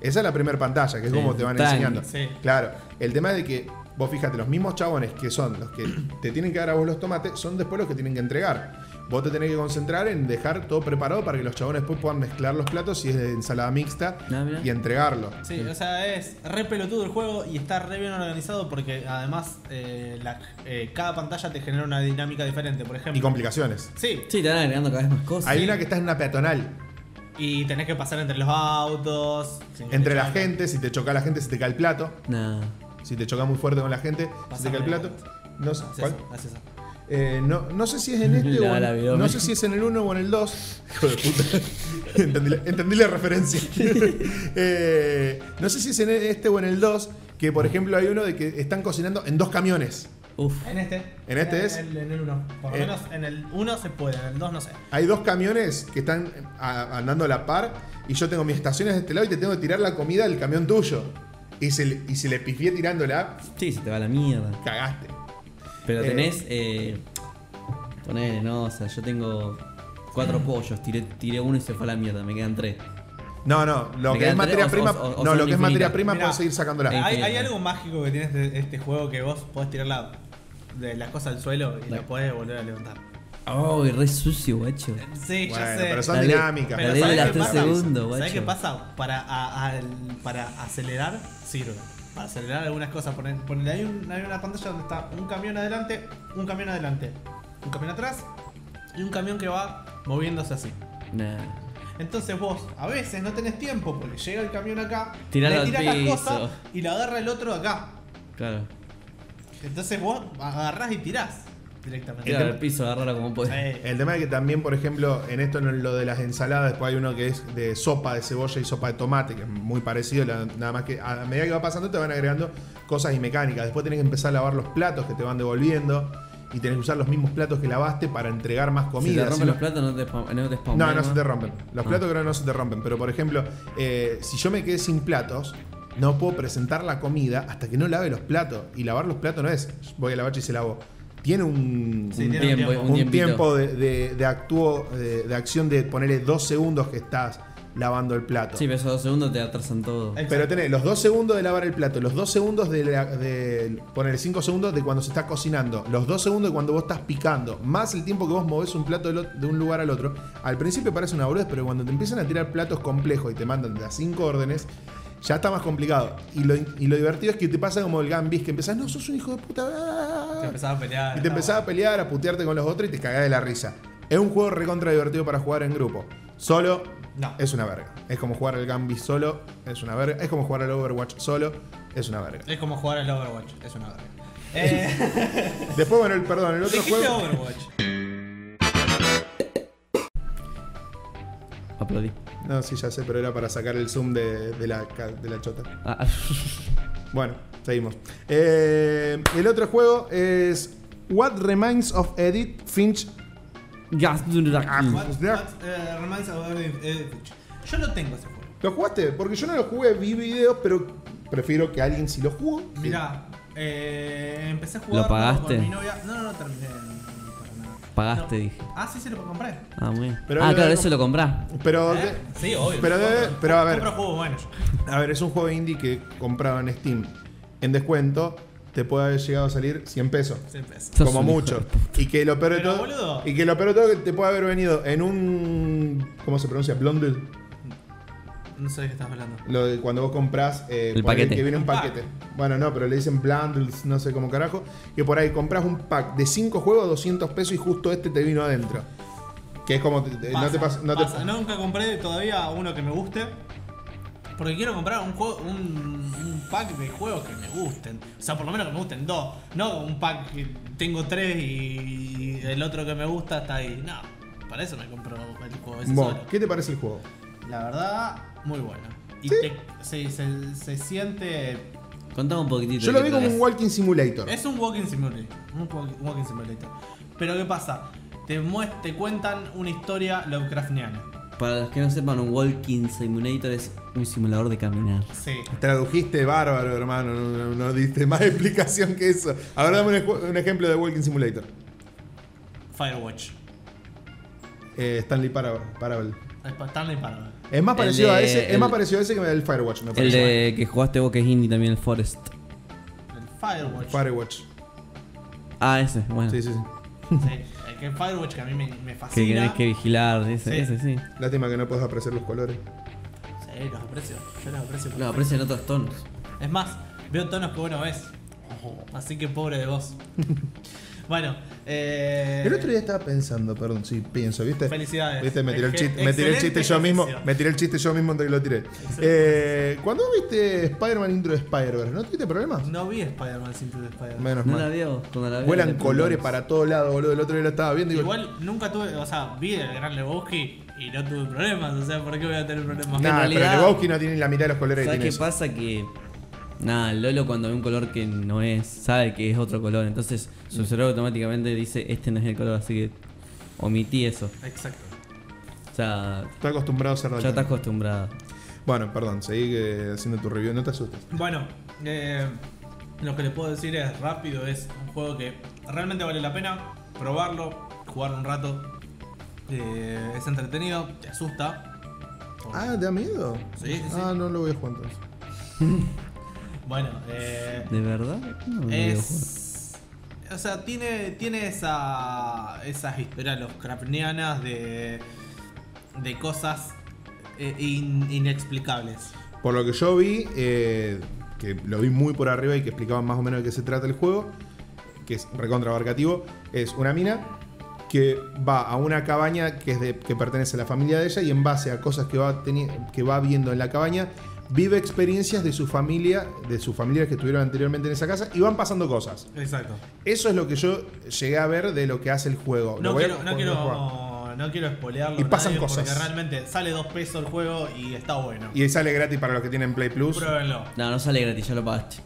Esa es la primera pantalla, que es
Sí,
como te van
tranqui,
enseñando.
sí.
Claro, el tema es de que vos fíjate, los mismos chabones que son los que te tienen que dar a vos los tomates, son después los que tienen que entregar. Vos te tenés que concentrar en dejar todo preparado para que los chabones después puedan mezclar los platos si es de ensalada mixta
Ah, mirá.
y entregarlo.
Sí, o sea, es re pelotudo el juego y está re bien organizado porque además eh, la- eh, cada pantalla te genera una dinámica diferente, por ejemplo.
Y complicaciones.
Sí,
Sí, te van agregando cada vez más cosas.
Hay una que está en una peatonal.
y tenés que pasar entre los autos.
Entre la gente, si te choca la gente, se te cae el plato.
Nah.
Si te choca muy fuerte con la gente, se te cae el plato. No sé,
Haz
¿cuál?
eso, haz eso.
Eh, no, no sé si es en este
La
o en-
gravedad,
No
me-
sé si es en el 1 o en el 2. Hijo de puta. entendí, la, entendí la referencia. Eh, no sé si es en este o en el 2. Que por ejemplo hay uno de que están cocinando en dos camiones.
Uf.
En este.
¿En este es?
el- en el 1. Por lo
Eh.
menos en el 1 se puede, en el 2 no sé.
Hay dos camiones que están a- andando a la par y yo tengo mis estaciones de este lado y te tengo que tirar la comida del camión tuyo. Y se, le- y se le pifié tirándola,
Sí, se te va la mierda.
cagaste.
Pero
Eh.
tenés. Eh, ponele, no, o sea, yo tengo cuatro
Mm.
pollos, tiré, tiré uno y se fue a la mierda, me quedan tres.
No, no, lo
¿Te
que es
quedan
materia
tres o-
prima.
o- o
no,
son
lo que es materia
infinitas?
prima
Mirá,
puedo seguir
Hay,
sacándola.
Eh,
hay
Infinito.
algo mágico que tiene este, este juego que vos podés tirar la, de las cosas al suelo y
La-
la podés volver a levantar.
Oh, y re sucio, guacho.
Sí, ya
Bueno,
sé.
pero son
La ley-
dinámicas.
la
pero
ley de
¿sabés
las
qué
tres
pasa?
segundos, guacho.
¿Sabes qué pasa? Para, a- al- para acelerar, sirve. Para acelerar algunas cosas. Poner, poner- hay, un- hay una pantalla donde está un camión adelante, un camión adelante, un camión atrás y un camión que va moviéndose así.
Nah.
Entonces vos a veces no tenés tiempo porque llega el camión acá,
Tiralo
le
al
tirás las
piso.
cosas y la agarra el otro acá.
Claro.
Entonces vos agarrás y tirás directamente.
Tirar al piso, agarrarlo como puedes.
Eh,
El tema es que también, por ejemplo, en esto, en lo de las ensaladas, después hay uno que es de sopa de cebolla y sopa de tomate, que es muy parecido, la- nada más que a medida que va pasando te van agregando cosas y mecánicas. Después tenés que empezar a lavar los platos que te van devolviendo y tenés que usar los mismos platos que lavaste para entregar más comida.
si te
así
rompen los
no-
platos, no te, spam- no te spam-
no, no se te rompen. Los
Ah.
platos creo que no se te rompen. Pero por ejemplo, eh, si yo me quedé sin platos, no puedo presentar la comida hasta que no lave los platos. Y lavar los platos no es voy a lavar y se lavo. Tiene un,
Sí,
Un
tiene
tiempo,
tiempo.
un,
un,
tiempito.
tiempo de, de, de actuo- de, de acción de ponerle dos segundos que estás lavando el plato.
Sí, pero esos dos segundos te atrasan todo.
eh,
pero tenés los dos segundos de lavar el plato, los dos segundos de, la- de poner cinco segundos de cuando se está cocinando, los dos segundos de cuando vos estás picando, más el tiempo que vos movés un plato del ot- de un lugar al otro. Al principio parece una boludez, pero cuando te empiezan a tirar platos complejos y te mandan las cinco órdenes, ya está más complicado. Y lo, y lo divertido es que te pasa como el gambis, que empezás, no, sos un hijo de puta. ah".
te empezás a pelear.
Y te
no.
empezás a pelear, a putearte con los otros y te cagás de la risa. Es un juego recontra divertido para jugar en grupo. Solo
No.
es una verga. Es como jugar al Gambi solo, es una verga. Es como jugar al Overwatch solo, es una verga.
Es como jugar al Overwatch, es una verga. Eh,
Después, bueno, el, perdón, el otro
dijiste
juego.
Overwatch.
Aplaudí.
No, sí, ya sé, pero era para sacar el zoom de, de la, ca- de la chota.
Ah, ah,
Bueno, seguimos. Eh, el otro juego es What Remains of Edith Finch.
gas.
Ah,
What, what, eh, Romance of Earth- Earth- Yo lo tengo ese juego.
¿Lo jugaste? Porque yo no lo jugué, vi videos, pero prefiero que alguien si lo jugó. que-
Mirá, eh, empecé a jugar
pagaste?
con mi novia. No, no, no terminé. no, para nada.
Pagaste,
No.
dije.
Ah, sí, sí, lo compré.
Ah, muy bien.
Pero
ah,
lo-
claro, eso lo comprás.
Pero.
¿Eh? Sí, obvio.
Pero
Compro-
debe- pero a ver.
Compro juegos buenos.
A ver, es un juego indie que comprado en Steam en descuento te puede haber llegado a salir 100 pesos.
Se empezó.
Sos
como
un hijo
mucho.
de
Y que lo peor de
Pero,
todo.
boludo.
Y que lo peor de todo que te puede haber venido en un. ¿Cómo se pronuncia? Blondel.
No sé de qué estás hablando.
Lo de cuando vos compras. eh,
El
por ahí
paquete.
Que viene un
Un pack.
paquete. Bueno, no, pero le dicen bundles, no sé cómo carajo. Que por ahí compras un pack de 5 juegos, 200 pesos y justo este te vino adentro. Que es como. te- te- Eh, no te pasa. No te-
pasa. Nunca compré todavía uno que me guste. Porque quiero comprar un, juego, un, un pack de juegos que me gusten. O sea, por lo menos que me gusten dos. No un pack que tengo tres y el otro que me gusta está ahí. No, para eso me compro el juego ese
Bueno,
solo.
¿Qué te parece el juego?
La verdad, muy bueno. Y
Sí.
te- se, se- se siente.
puta. Contame un poquitito.
Yo
de
lo
qué
vi como
trata.
un Walking Simulator.
Es un walking simulator. Un walk- walking simulator. Pero ¿qué pasa? Te, muest- te cuentan una historia Lovecraftiana.
Para los que no sepan, un Walking Simulator es un simulador de caminar.
Sí.
Tradujiste bárbaro, hermano. No, no- no diste más explicación que eso. Ahora dame un, eju- un ejemplo de Walking Simulator.
Firewatch.
Eh, Stanley Parable. Parable.
Stanley Parable.
Es más
El
parecido a
de-
ese. es
el-
más parecido a ese que el Firewatch, me
El
parece.
de que jugaste vos que es indie también, el Forest.
El Firewatch.
Firewatch.
Ah, ese, bueno.
Sí, sí, sí.
Sí, el que- Firewatch que a mí me, me
Que tenés
fascina.
que vigilar, ese,
Sí.
ese sí.
Lástima que no puedes apreciar los colores.
Eh. Sí, los aprecio. Yo los aprecio.
Lo aparecen en otros tonos.
Es más, veo tonos que vos no ves. Así que pobre de vos. bueno, eh.
El otro día estaba pensando, perdón, sí, pienso, ¿viste?
Felicidades.
¿Viste? Me tiré el
Eje-
chiste, me tiré el chiste
excelente
yo mismo.
ejercicio.
Me tiré el chiste yo mismo antes que lo tiré. Eh, ¿Cuándo viste Spider-Man Intro de Spider-Verse? ¿No tuviste problemas?
No vi Spider-Man sin de Spider-Man.
Menos
No
mal.
la veo. Cuando la veo
Vuelan
le
colores
pregunto.
para todos lados, boludo. El otro día lo estaba viendo y digo,
Igual nunca tuve, o sea, vi el gran Lebowski y no tuve problemas, o sea, ¿por qué voy a tener problemas?
en
Nah,
realidad-
pero Lebowski no tiene ni la mitad de los colores que
¿Sabes
tiene.
qué
eso.
pasa? Que. Nada, el Lolo cuando ve un color que no es, sabe que es otro color. Entonces
Mm.
su cerebro automáticamente dice: Este no es el color, así que omití eso.
Exacto.
O sea,
Estoy acostumbrado a ser
ya
daltónico.
estás acostumbrado.
Bueno, perdón, seguí eh, haciendo tu review, no te asustes.
Bueno, eh, lo que les puedo decir es rápido, es un juego que realmente vale la pena probarlo, jugar un rato. Eh, es entretenido, te asusta.
Ah, ¿te da miedo?
Sí, sí, sí.
Ah, no lo voy a jugar entonces.
Bueno, eh,
¿De verdad? No, no lo juego.
es... O sea, tiene, tiene esa, esas historias los de, de cosas eh, in- inexplicables.
Por lo que yo vi, eh, que lo vi muy por arriba y que explicaban más o menos de qué se trata el juego, que es recontra abarcativo, es una mina que va a una cabaña que, es de- que pertenece a la familia de ella y en base a cosas que va, teni- que va viendo en la cabaña, vive experiencias de su familia, de sus familiares que estuvieron anteriormente en esa casa y van pasando cosas.
Exacto.
Eso es lo que yo llegué a ver de lo que hace el juego. Lo
No
voy a
quiero, no
poner a jugar.
quiero, no quiero spoilearlo.
Y
a
pasan
nadie
cosas.
Porque realmente sale dos pesos el juego y está bueno.
Y ahí sale gratis para los que tienen Play Plus.
Pruébenlo.
No, no sale gratis, ya lo pagaste.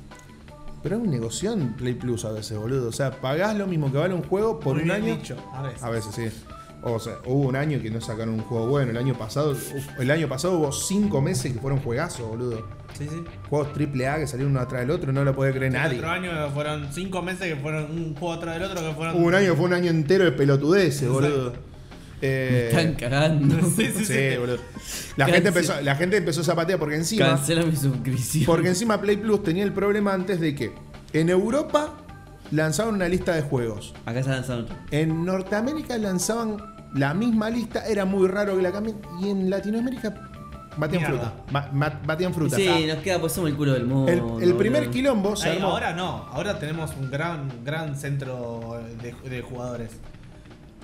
Pero es un negoción Play Plus a veces, boludo. O sea, pagás lo mismo que vale un juego por
Muy
un
bien
año.
dicho, a veces.
A veces, sí. O sea, hubo un año que no sacaron un juego bueno. El año pasado, uf, el año pasado hubo cinco meses que fueron juegazos, boludo.
Sí, sí.
Juegos triple A que salieron uno atrás del otro, no lo podía creer nadie.
El otro año Este fueron cinco meses que fueron un juego atrás del otro que fueron.
Hubo un año, fue un año entero de pelotudeces,
Exacto.
boludo. Eh,
Están cagando.
Sí, sí, sí.
sí, boludo. La
Cancel-
gente, empezó, la gente empezó a zapatear porque encima.
Cancela mi suscripción.
Porque encima Play Plus tenía el problema antes de que en Europa lanzaron una lista de juegos.
Acá se lanzado otro.
En Norteamérica lanzaban la misma lista, era muy raro que la cambien. Y en Latinoamérica batían
Mierda.
fruta. ma- ma- batían fruta.
Sí,
Ah,
nos queda, pues somos el culo del mundo.
el, el primer
boludo.
quilombo se
Ahí,
armó.
ahora no, ahora tenemos un gran, gran centro de, de jugadores.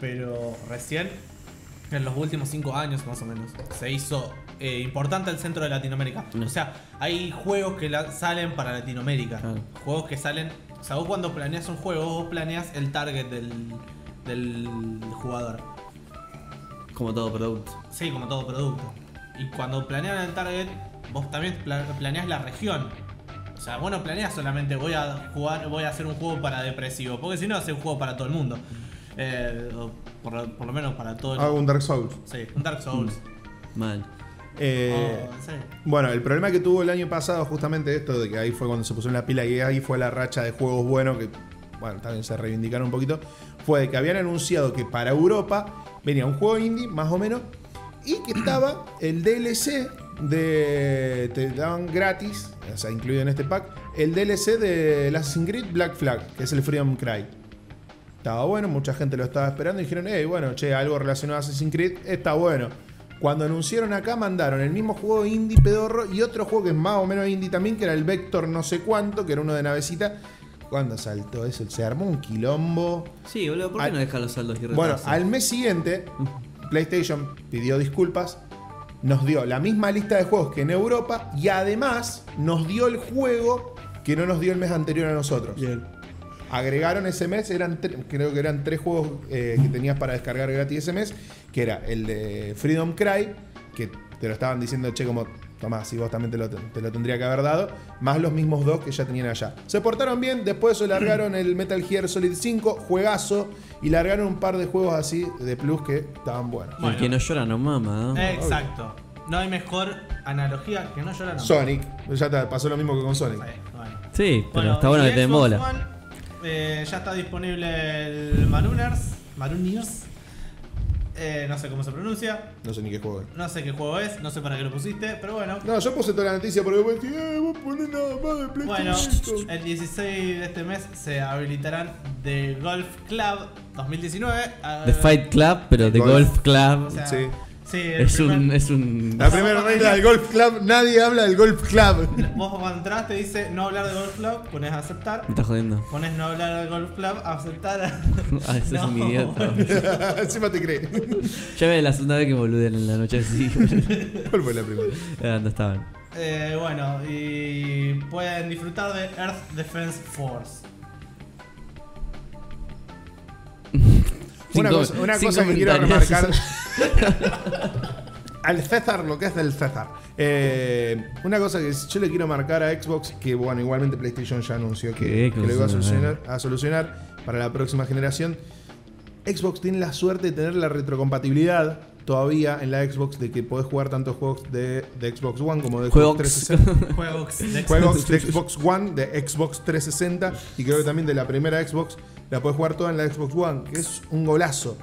Pero recién, en los últimos cinco años más o menos, se hizo eh, importante el centro de Latinoamérica.
Mm.
O sea, hay juegos que la- salen para Latinoamérica.
Claro.
Juegos que salen... O sea, vos cuando planeas un juego, vos planeas el target del, del jugador.
Como todo producto.
Sí, como todo producto. Y cuando planean el target, vos también pla- planeás la región. O sea, vos no planeás solamente voy a jugar, voy a hacer un juego para depresivo, porque si no hace un juego para todo el mundo. Eh, o por, lo- por lo menos para todo el
Hago un Dark Souls.
Sí, un Dark Souls.
Mal.
Eh,
O, sí.
Bueno, el problema que tuvo el año pasado, justamente esto, de que ahí fue cuando se pusieron la pila y ahí fue la racha de juegos buenos, que, bueno, también se reivindicaron un poquito, fue de que habían anunciado que para Europa venía un juego indie, más o menos, y que estaba el DLC de. Te daban gratis, o sea, incluido en este pack, el DLC de Assassin's Creed Black Flag, que es el Freedom Cry. Estaba bueno, mucha gente lo estaba esperando y dijeron, hey, bueno, che, algo relacionado a Assassin's Creed está bueno. Cuando anunciaron acá, mandaron el mismo juego indie pedorro y otro juego que es más o menos indie también, que era el Vector no sé cuánto, que era uno de navecita. Cuando saltó eso, se armó un quilombo.
Sí, boludo, ¿por qué
Al-
no dejar los saldos y
Bueno,
retarse?
al mes siguiente, PlayStation pidió disculpas, nos dio la misma lista de juegos que en Europa y además nos dio el juego que no nos dio el mes anterior a nosotros.
Bien.
Agregaron ese mes, eran tre- creo que eran tres juegos eh, que tenías para descargar gratis ese mes, que era el de Freedom Cry, que te lo estaban diciendo, che, como, tomás, si vos también te lo, te lo tendría que haber dado, más los mismos dos que ya tenían allá. Se portaron bien, después se largaron el Metal Gear Solid 5, juegazo, y largaron un par de juegos así de plus que estaban buenos.
El que no llora no mama.
Eh,
¿no?
Exacto. No hay mejor analogía que no llorar.
Sonic, ya está, pasó lo mismo que con Sonic.
bueno.
Sí, pero está bueno
y
que te den
Xbox
bola.
One, eh, ya está disponible el Marooners. Marooners. Eh, no sé cómo se pronuncia.
No sé ni qué juego es.
No sé qué juego es, no sé para qué lo pusiste, pero bueno.
No, yo puse toda la noticia porque vos decís, eh, vos ponés nada más de PlayStation.
Bueno, el 16 de este mes se habilitarán The Golf Club 2019. ah,
The Fight Club, pero The
Golf.
Golf Club.
o sea,
Sí.
sí. el
es,
primer-
un, es un.
La primera regla del Golf Club, nadie habla del Golf Club.
Vos cuando entras te dice no hablar de Golf Club, pones aceptar.
Me estás jodiendo.
Pones no hablar de Golf Club, aceptar.
Ah, ese es un
No.
idiota.
Encima te cree.
Ya ve la segunda vez que boludean en la noche así.
¿Cuál fue la primera?
Ah, no estaban.
Eh, bueno, y pueden disfrutar de Earth Defense Force.
Una
Sin
cosa,
com-
una
sin
cosa que quiero
comentarios.
remarcar. Al César, lo que es del César. Eh, una cosa que yo le quiero marcar a Xbox, que bueno, igualmente PlayStation ya anunció que,
Qué
que lo iba a
cosa, eh?
solucionar, a solucionar para la próxima generación. Xbox tiene la suerte de tener la retrocompatibilidad todavía en la Xbox de que podés jugar tantos juegos de, de Xbox One como de Xbox
Juegos.
360.
Juegos de Xbox.
juegos de Xbox One, de Xbox 360 y creo que también de la primera Xbox, la puedes jugar toda en la Xbox One, que es un golazo.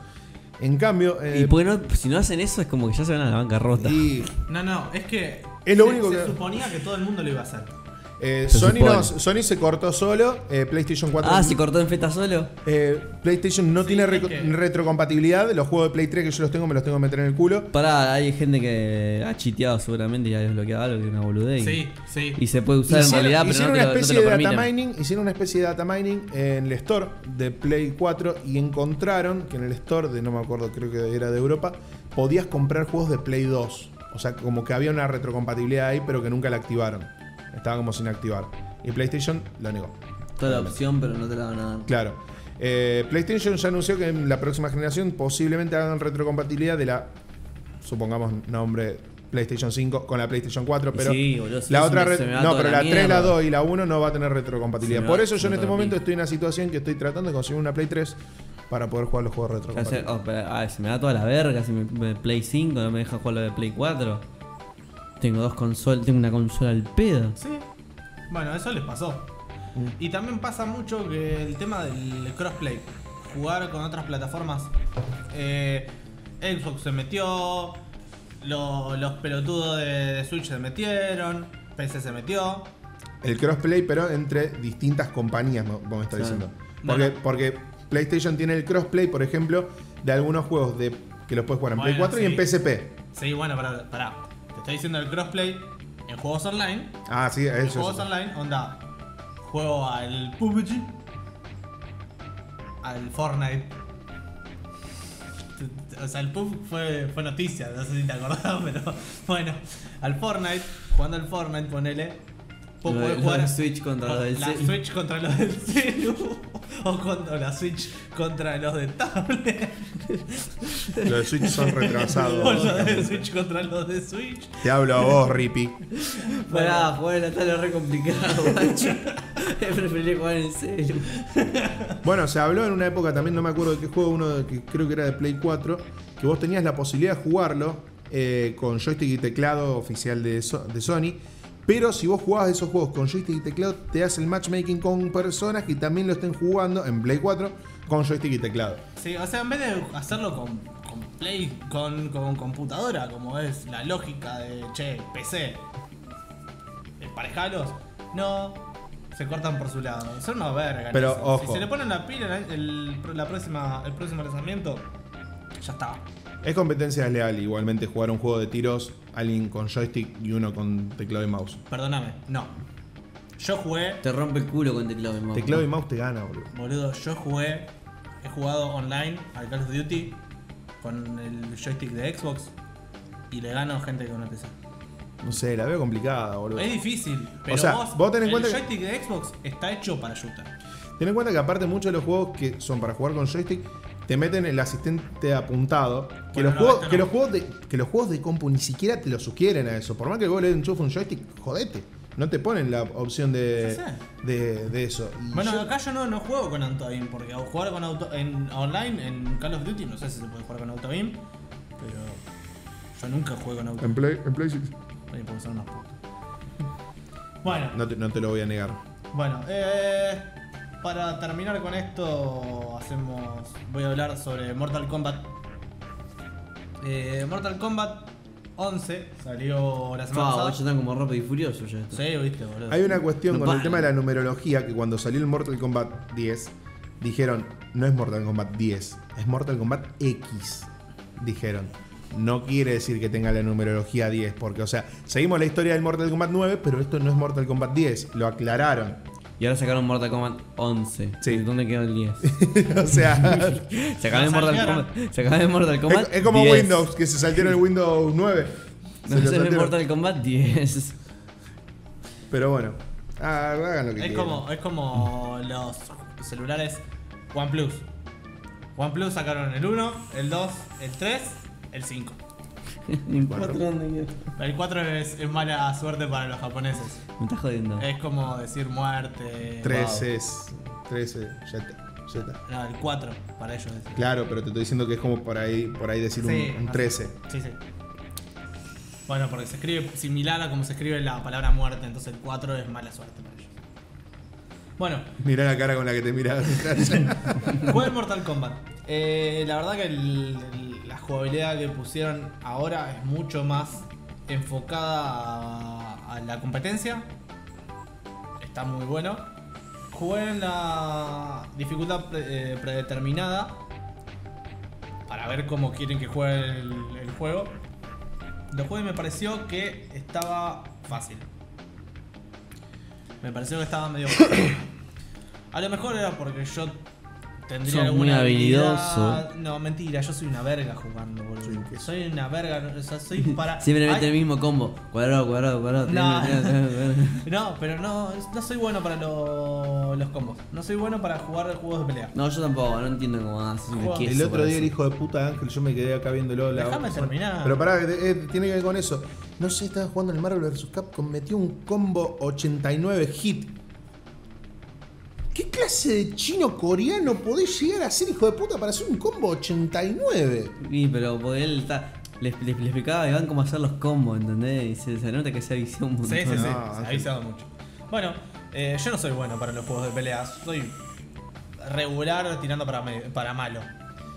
En cambio, eh,
Y bueno, si no hacen eso es como que ya se van a la bancarrota.
y
No, no, es que.
Es lo
se-
único
se
que-
suponía que todo el mundo lo iba a hacer.
Eh,
Se
Sony,
supone.
no- Sony se cortó solo, eh, PlayStation 4.
Ah, se cortó en feta solo.
Eh, PlayStation no tiene re-
es que-
retrocompatibilidad. Los juegos de Play 3 que yo los tengo me los tengo que meter en el culo.
Pará, hay gente que ha chiteado seguramente y ha desbloqueado algo que es una boludez. y-
Sí, sí.
Y se puede usar en realidad, pero no
hicieron
te,
una
lo, no te
especie
lo
de
permiten.
data mining, hicieron una especie de data mining en el store de Play 4 y encontraron que en el store de no me acuerdo, creo que era de Europa, podías comprar juegos de Play 2. O sea, como que había una retrocompatibilidad ahí, pero que nunca la activaron. Estaba como sin activar. Y PlayStation lo negó.
Toda la opción, pero no te la van a dar.
Claro. Eh, PlayStation ya anunció que en la próxima generación posiblemente hagan retrocompatibilidad de la, supongamos nombre, PlayStation 5 con la PlayStation 4,
Y
pero
sí, boludo, si
la
eso
otra
me-
red-
se me va
no,
toda
pero
la
la 3, la
mierda.
2 y la 1 no va a tener
Se
retrocompatibilidad.
me
Por
va
eso yo en
toda
este
la
momento
pija.
estoy en una situación que estoy tratando de conseguir una Play 3 para poder jugar los juegos
Ya sé,
retrocompatibles.
oh, pero, ay, se me da toda la verga si me, me- Play 5 no me deja jugar lo de Play 4. Tengo dos consolas, tengo una consola al pedo.
Sí. Bueno, eso les pasó. Y también pasa mucho que el tema del crossplay, jugar con otras plataformas. Eh, Xbox se metió, lo- los pelotudos de, de Switch se metieron, PC se metió.
El crossplay, pero entre distintas compañías, me- vos me estás
Claro.
diciendo. Porque,
No, no.
porque PlayStation tiene el crossplay, por ejemplo, de algunos juegos de, que los puedes jugar en Play
Bueno,
4
sí.
y en PSP.
Sí, bueno, pará, pará. Te estoy diciendo el crossplay en juegos online.
Ah, sí, eso.
En
eso.
juegos online, onda. Juego al PUBG, al Fortnite. T- t- O sea, el PUBG fue, fue noticia, no sé si te acordás, pero bueno, al Fortnite, jugando al Fortnite, ponele. Vos
Lo de-
podés
lo de Switch contra
con-
los del
La
celu.
Switch contra los del celu. O contra la Switch contra los de tablet.
Los de Switch son
O
retrasados.
los de Switch contra los de Switch.
Te hablo a vos, Rippy.
Pará, jugar en la tabla es re complicado, guacho. Es preferible jugar en el celu.
Bueno, se habló en una época también, no me acuerdo de qué juego, uno de- que creo que era de Play 4, que vos tenías la posibilidad de jugarlo eh, con joystick y teclado oficial de, So- de Sony. Pero si vos jugabas esos juegos con joystick y teclado, te hace el matchmaking con personas que también lo estén jugando en Play 4 con joystick y teclado.
Sí, o sea, en vez de hacerlo con, con Play, con, con computadora, como es la lógica de, che, PC, emparejalos, no, se cortan por su lado. Son una verga. en
Pero,
eso.
ojo.
Si se le ponen la pila el, el- la próxima, el próximo lanzamiento, ya está.
Es competencia leal igualmente jugar un juego de tiros, alguien con joystick y uno con teclado y mouse.
Perdóname, no. Yo jugué,
Te rompe el culo con teclado y mouse.
Teclado y mouse te gana, boludo.
boludo, yo jugué, he jugado online al Call of Duty con el joystick de Xbox y le gano gente que no PC.
No sé, la veo complicada, boludo.
Es difícil, pero
sea,
vos,
vos tenés en
el
cuenta que-
joystick de Xbox está hecho para shooter.
Ten en cuenta que aparte muchos de los juegos que son para jugar con joystick te meten el asistente apuntado. Que,
Bueno,
los,
no,
juegos,
este
que
no.
los juegos de, que los juegos de compu ni siquiera te lo sugieren a eso. Por más que vos le enchufes un joystick, jodete. No te ponen la opción de,
Ya
de, de eso. Y
Bueno,
yo-
acá yo no, no juego con Autobeam, porque al jugar con auto, en online en Call of Duty, no sé si se puede jugar con Autobeam, pero yo nunca juego con Autobeam.
Play, en Play sí.
Oye, porque son unos putos. Bueno,
Em- No te, no te lo voy a negar.
bueno, eh, para terminar con esto, hacemos. Voy a hablar sobre Mortal Kombat. Eh, Mortal Kombat 11 salió la semana
Fa,
pasada.
guacho, están como rápido y furioso ya. esto.
Sí, viste, boludo.
Hay una cuestión
No
con el
para.
tema de la numerología que cuando salió el Mortal Kombat 10, dijeron, no es Mortal Kombat 10, es Mortal Kombat X, dijeron. No quiere decir que tenga la numerología 10, porque, o sea, seguimos la historia del Mortal Kombat 9, pero esto no es Mortal Kombat 10, lo aclararon.
Y ahora sacaron Mortal Kombat 11.
Sí.
¿Dónde quedó el 10?
o sea,
Sacaron el
Lo
Mortal
saltearon.
Kombat. Sacaron el Mortal
es,
Kombat.
es como
10.
Windows, que se saltieron el Windows 9. Se
No
lo
se ve
saltearon.
Mortal Kombat 10.
Pero bueno, ah, hagan lo que
Es
quieran.
como, es como los celulares OnePlus. OnePlus sacaron el 1, el 2, el 3, el 5.
No importa dónde quedó.
El 4 es, es mala suerte para los japoneses.
Me estás jodiendo.
Es como decir muerte.
3 es... 13, ya está, ya está.
No, el 4 para ellos. es-
Claro, pero te estoy diciendo que es como por ahí, por ahí decir un-
Sí,
un,
así.
13.
Sí, sí. Bueno, porque se escribe similar a como se escribe la palabra muerte, entonces el 4 es mala suerte para ellos. Bueno,
Mirá la cara con la que te miras.
Juega Mortal Kombat. Eh, la verdad que el- el- la jugabilidad que pusieron ahora es mucho más enfocada a, a la competencia está muy bueno. Jugué en la dificultad pre- eh, predeterminada para ver cómo quieren que juegue el, el juego. Lo jugué y me pareció que estaba fácil. Me pareció que estaba medio fácil. A lo mejor era porque yo tendría
Sos
alguna
muy
habilidad.
habilidoso.
No, mentira, yo soy una verga jugando, boludo.
Sí.
Soy una verga, no- o sea, soy para.
Siempre
Ay,
mete el mismo combo. Cuadrado, cuadrado, cuadrado.
No.
triángulo, triángulo, triángulo.
No, pero no, es- no soy bueno para lo- los combos. No soy bueno para jugar juegos de pelea.
No, yo tampoco, no entiendo cómo haces un
Juego.
queso.
El otro
para
día el
eso.
hijo de puta Ángel, yo me quedé acá viéndolo. La
Déjame terminar.
Pero pará, eh, eh, tiene que ver con eso. No sé, estaba jugando en el Marvel vs. Capcom, metió un combo 89 hit. ¿Qué clase de chino coreano podés llegar a ser hijo de puta para hacer un combo 89?
Sí, pero porque él está. Le, le- le explicaba a Iván cómo hacer los combos, ¿entendés? Y se, se nota que se avisó un montón.
Sí, sí, sí,
No,
se ha avisado mucho. Bueno, eh, yo no soy bueno para los juegos de pelea. Soy regular tirando para, me- para malo.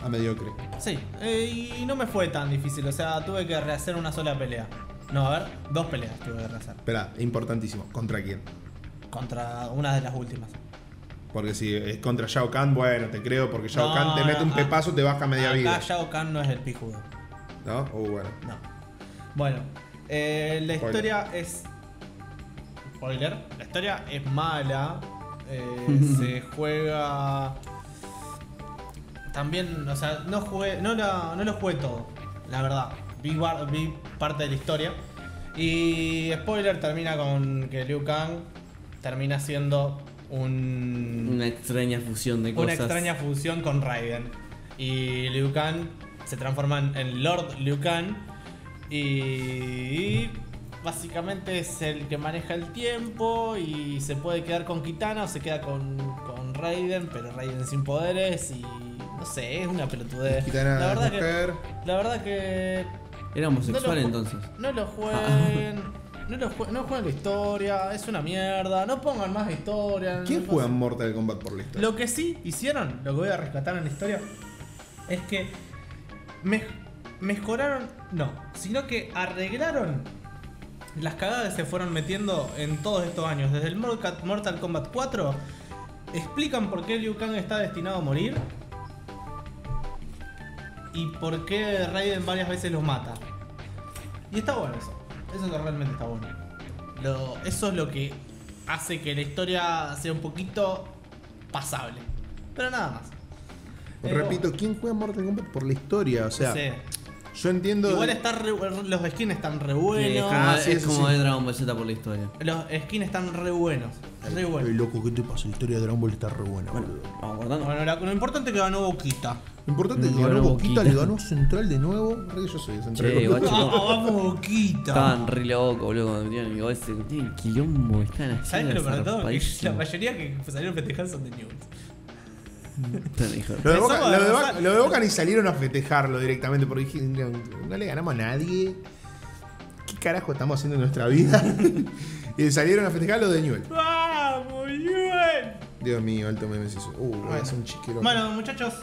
A Ah, mediocre.
Sí, eh, y no me fue tan difícil. O sea, tuve que rehacer una sola pelea. No, a ver, dos peleas tuve que rehacer.
Espera, importantísimo. ¿Contra quién?
Contra una de las últimas.
Porque si es contra Shao Kahn, bueno, te creo, porque Shao
No,
Kahn te mete
no,
un
ah,
pepazo, te baja media
Acá
vida.
Shao Kahn no es el pijudo.
¿No? Uh, bueno.
No. Bueno, eh, la
Spoiler.
historia es. Spoiler. La historia es mala. eh, se juega. También, o sea, no jugué. No, la- no lo jugué todo, la verdad. Vi, bar- vi parte de la historia. Y spoiler termina con que Liu Kang termina siendo un
Una extraña fusión de cosas.
una extraña fusión con Raiden. Y Liu Kang se transforma en- en Lord Liu Kang. Y básicamente es el que maneja el tiempo y se puede quedar con Kitana o se queda con, con Raiden, pero Raiden sin poderes y no sé, es una pelotudez.
Kitana
Eh, la, verdad
es
que,
mujer.
la verdad que...
Era
no lo
homosexual
ju-
entonces.
No lo jueguen. No, lo jue- no jueguen la historia, es una mierda. No pongan más historia. no
¿Quién
sé.
juega en Mortal Kombat por la historia?
Lo que sí hicieron, lo que voy a rescatar en la historia, es que me- mejoraron, no, sino que arreglaron las cagadas que se fueron metiendo en todos estos años. Desde el Morca- Mortal Kombat 4, explican por qué Liu Kang está destinado a morir y por qué Raiden varias veces los mata. Y está bueno eso. Eso que realmente está bueno. Lo- eso es lo que hace que la historia sea un poquito pasable. Pero nada más. Eh,
Repito, ¿quién juega en Mortal Kombat por la historia? O sea, eh,
sí.
yo entiendo.
Igual está re- los skins están re
Sí, es
buenos.
como,
Ah, sí,
es
sí,
como
sí.
de Dragon Ball Z por la historia.
Los skins están re buenos. Re buenos.
loco, ¿qué te pasa? La historia de Dragon Ball está re buena, boludo.
Vamos guardando.
Bueno, la- lo importante es que ganó Boquita.
Lo importante es que
Ganó
ganó Boquita,
Boquita.
le ganó Central de nuevo. Re que yo soy de Central.
Che, guacho.
Vamos, vamos, Boquita.
Estaban re locos, boludo, cuando metieron el gol. Ese tienen quilombo, están haciendo.
¿Sabes que lo peor de todo? Que la
zarpadísimo.
mayoría que salieron festejar son de News.
Están, hijo de-
Lo de,
Pensamos
Boca, lo, de
avanzar.
Boca, lo de Boca ni salieron a festejarlo directamente porque dijeron, no le ganamos a nadie. ¿Qué carajo estamos haciendo en nuestra vida? y salieron a festejar lo de Newell.
¡Vamos, News!
Dios mío, alto meme se hizo. Uh, es un chiquero.
Bueno, muchachos,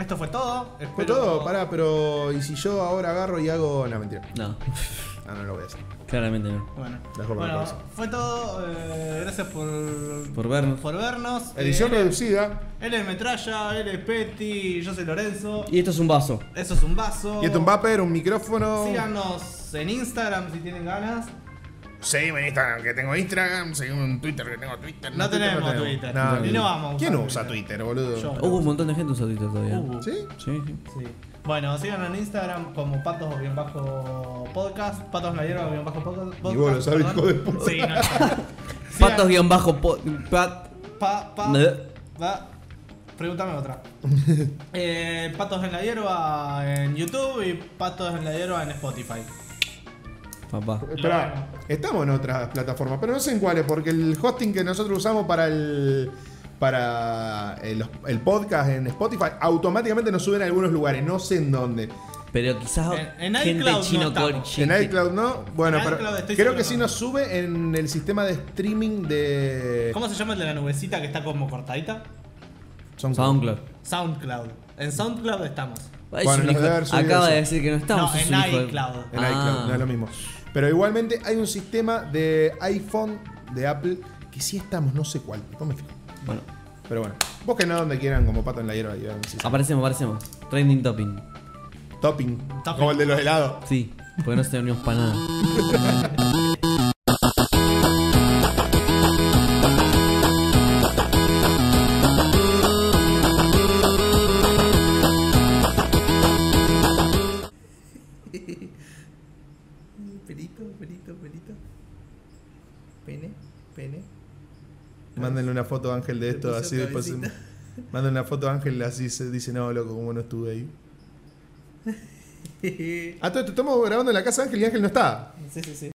esto fue todo.
Fue
Espero-
todo, pará, pero. ¿Y si yo ahora agarro y hago.? No, mentira.
No,
Ah, no lo voy a hacer.
claramente no.
Bueno,
Las gordas
Bueno,
por eso.
fue todo. eh, gracias por,
Por vernos.
por vernos.
Edición
Eh,
reducida.
él es Metralla, él es Petty, yo soy Lorenzo.
Y esto es un vaso.
Eso es un vaso.
Y esto un vapor, un micrófono.
Síganos en Instagram si tienen ganas.
Seguime en Instagram, que tengo Instagram. Seguime en Twitter, que tengo Twitter.
No tenemos Twitter.
No,
Ni
no.
lo vamos a usar
¿Quién
Twitter.
usa Twitter, boludo?
Yo.
Hubo un montón de gente usando Twitter todavía.
Hubo.
¿Sí?
Sí, sí.
Sí. Bueno, síganos en Instagram como patos o bien bajo podcast. Patos en la hierba o bien bajo podcast.
Y vos lo sabés,
perdón.
hijo de puta.
Sí, no, no.
Patos
Sigan-
guión bajo po- pat-
Pa, pa,
Ne.
va. Pregúntame otra. Eh, Patos en la hierba en YouTube y Patos en la hierba en Spotify.
Papá.
Espera, estamos en otras plataformas, pero no sé en cuáles, porque el hosting que nosotros usamos para el para el, el podcast en Spotify automáticamente nos suben a algunos lugares, no sé en dónde.
Pero quizás
En- en
gente
iCloud no
chino
estamos.
core-
En
chi-
iCloud no, bueno,
En
pero
iCloud estoy
creo
seguro
que sí
no.
nos sube en el sistema de streaming de
¿Cómo se llama el de la nubecita que está como cortadita?
SoundCloud.
SoundCloud.
SoundCloud. En SoundCloud estamos.
Es
Bueno,
un
nos
hijo-
debe haber subido
acaba de
eso.
decir que no estamos.
No,
es
en
un hijo de-
iCloud.
En
Ah.
iCloud, no es lo mismo. Pero igualmente hay un sistema de iPhone de Apple que sí estamos, no sé cuál. No me fijo.
Bueno,
Pero bueno, busquen a donde quieran, como pato en la hierba. y vean si sale.
aparecemos, aparecemos. Trending topping.
Topping,
Topping.
como el de los helados.
Sí, porque no se unimos para nada.
Pelito, pelito, pelito. Pene, pene.
Mándenle una foto a Ángel de
Le
esto,
puso
así después. se-
cabecita.
Mándenle una foto a Ángel, así se dice, no, loco, como no estuve ahí.
sí,
Ah, todo esto estamos grabando en la casa de Ángel y Ángel no está.
sí, sí.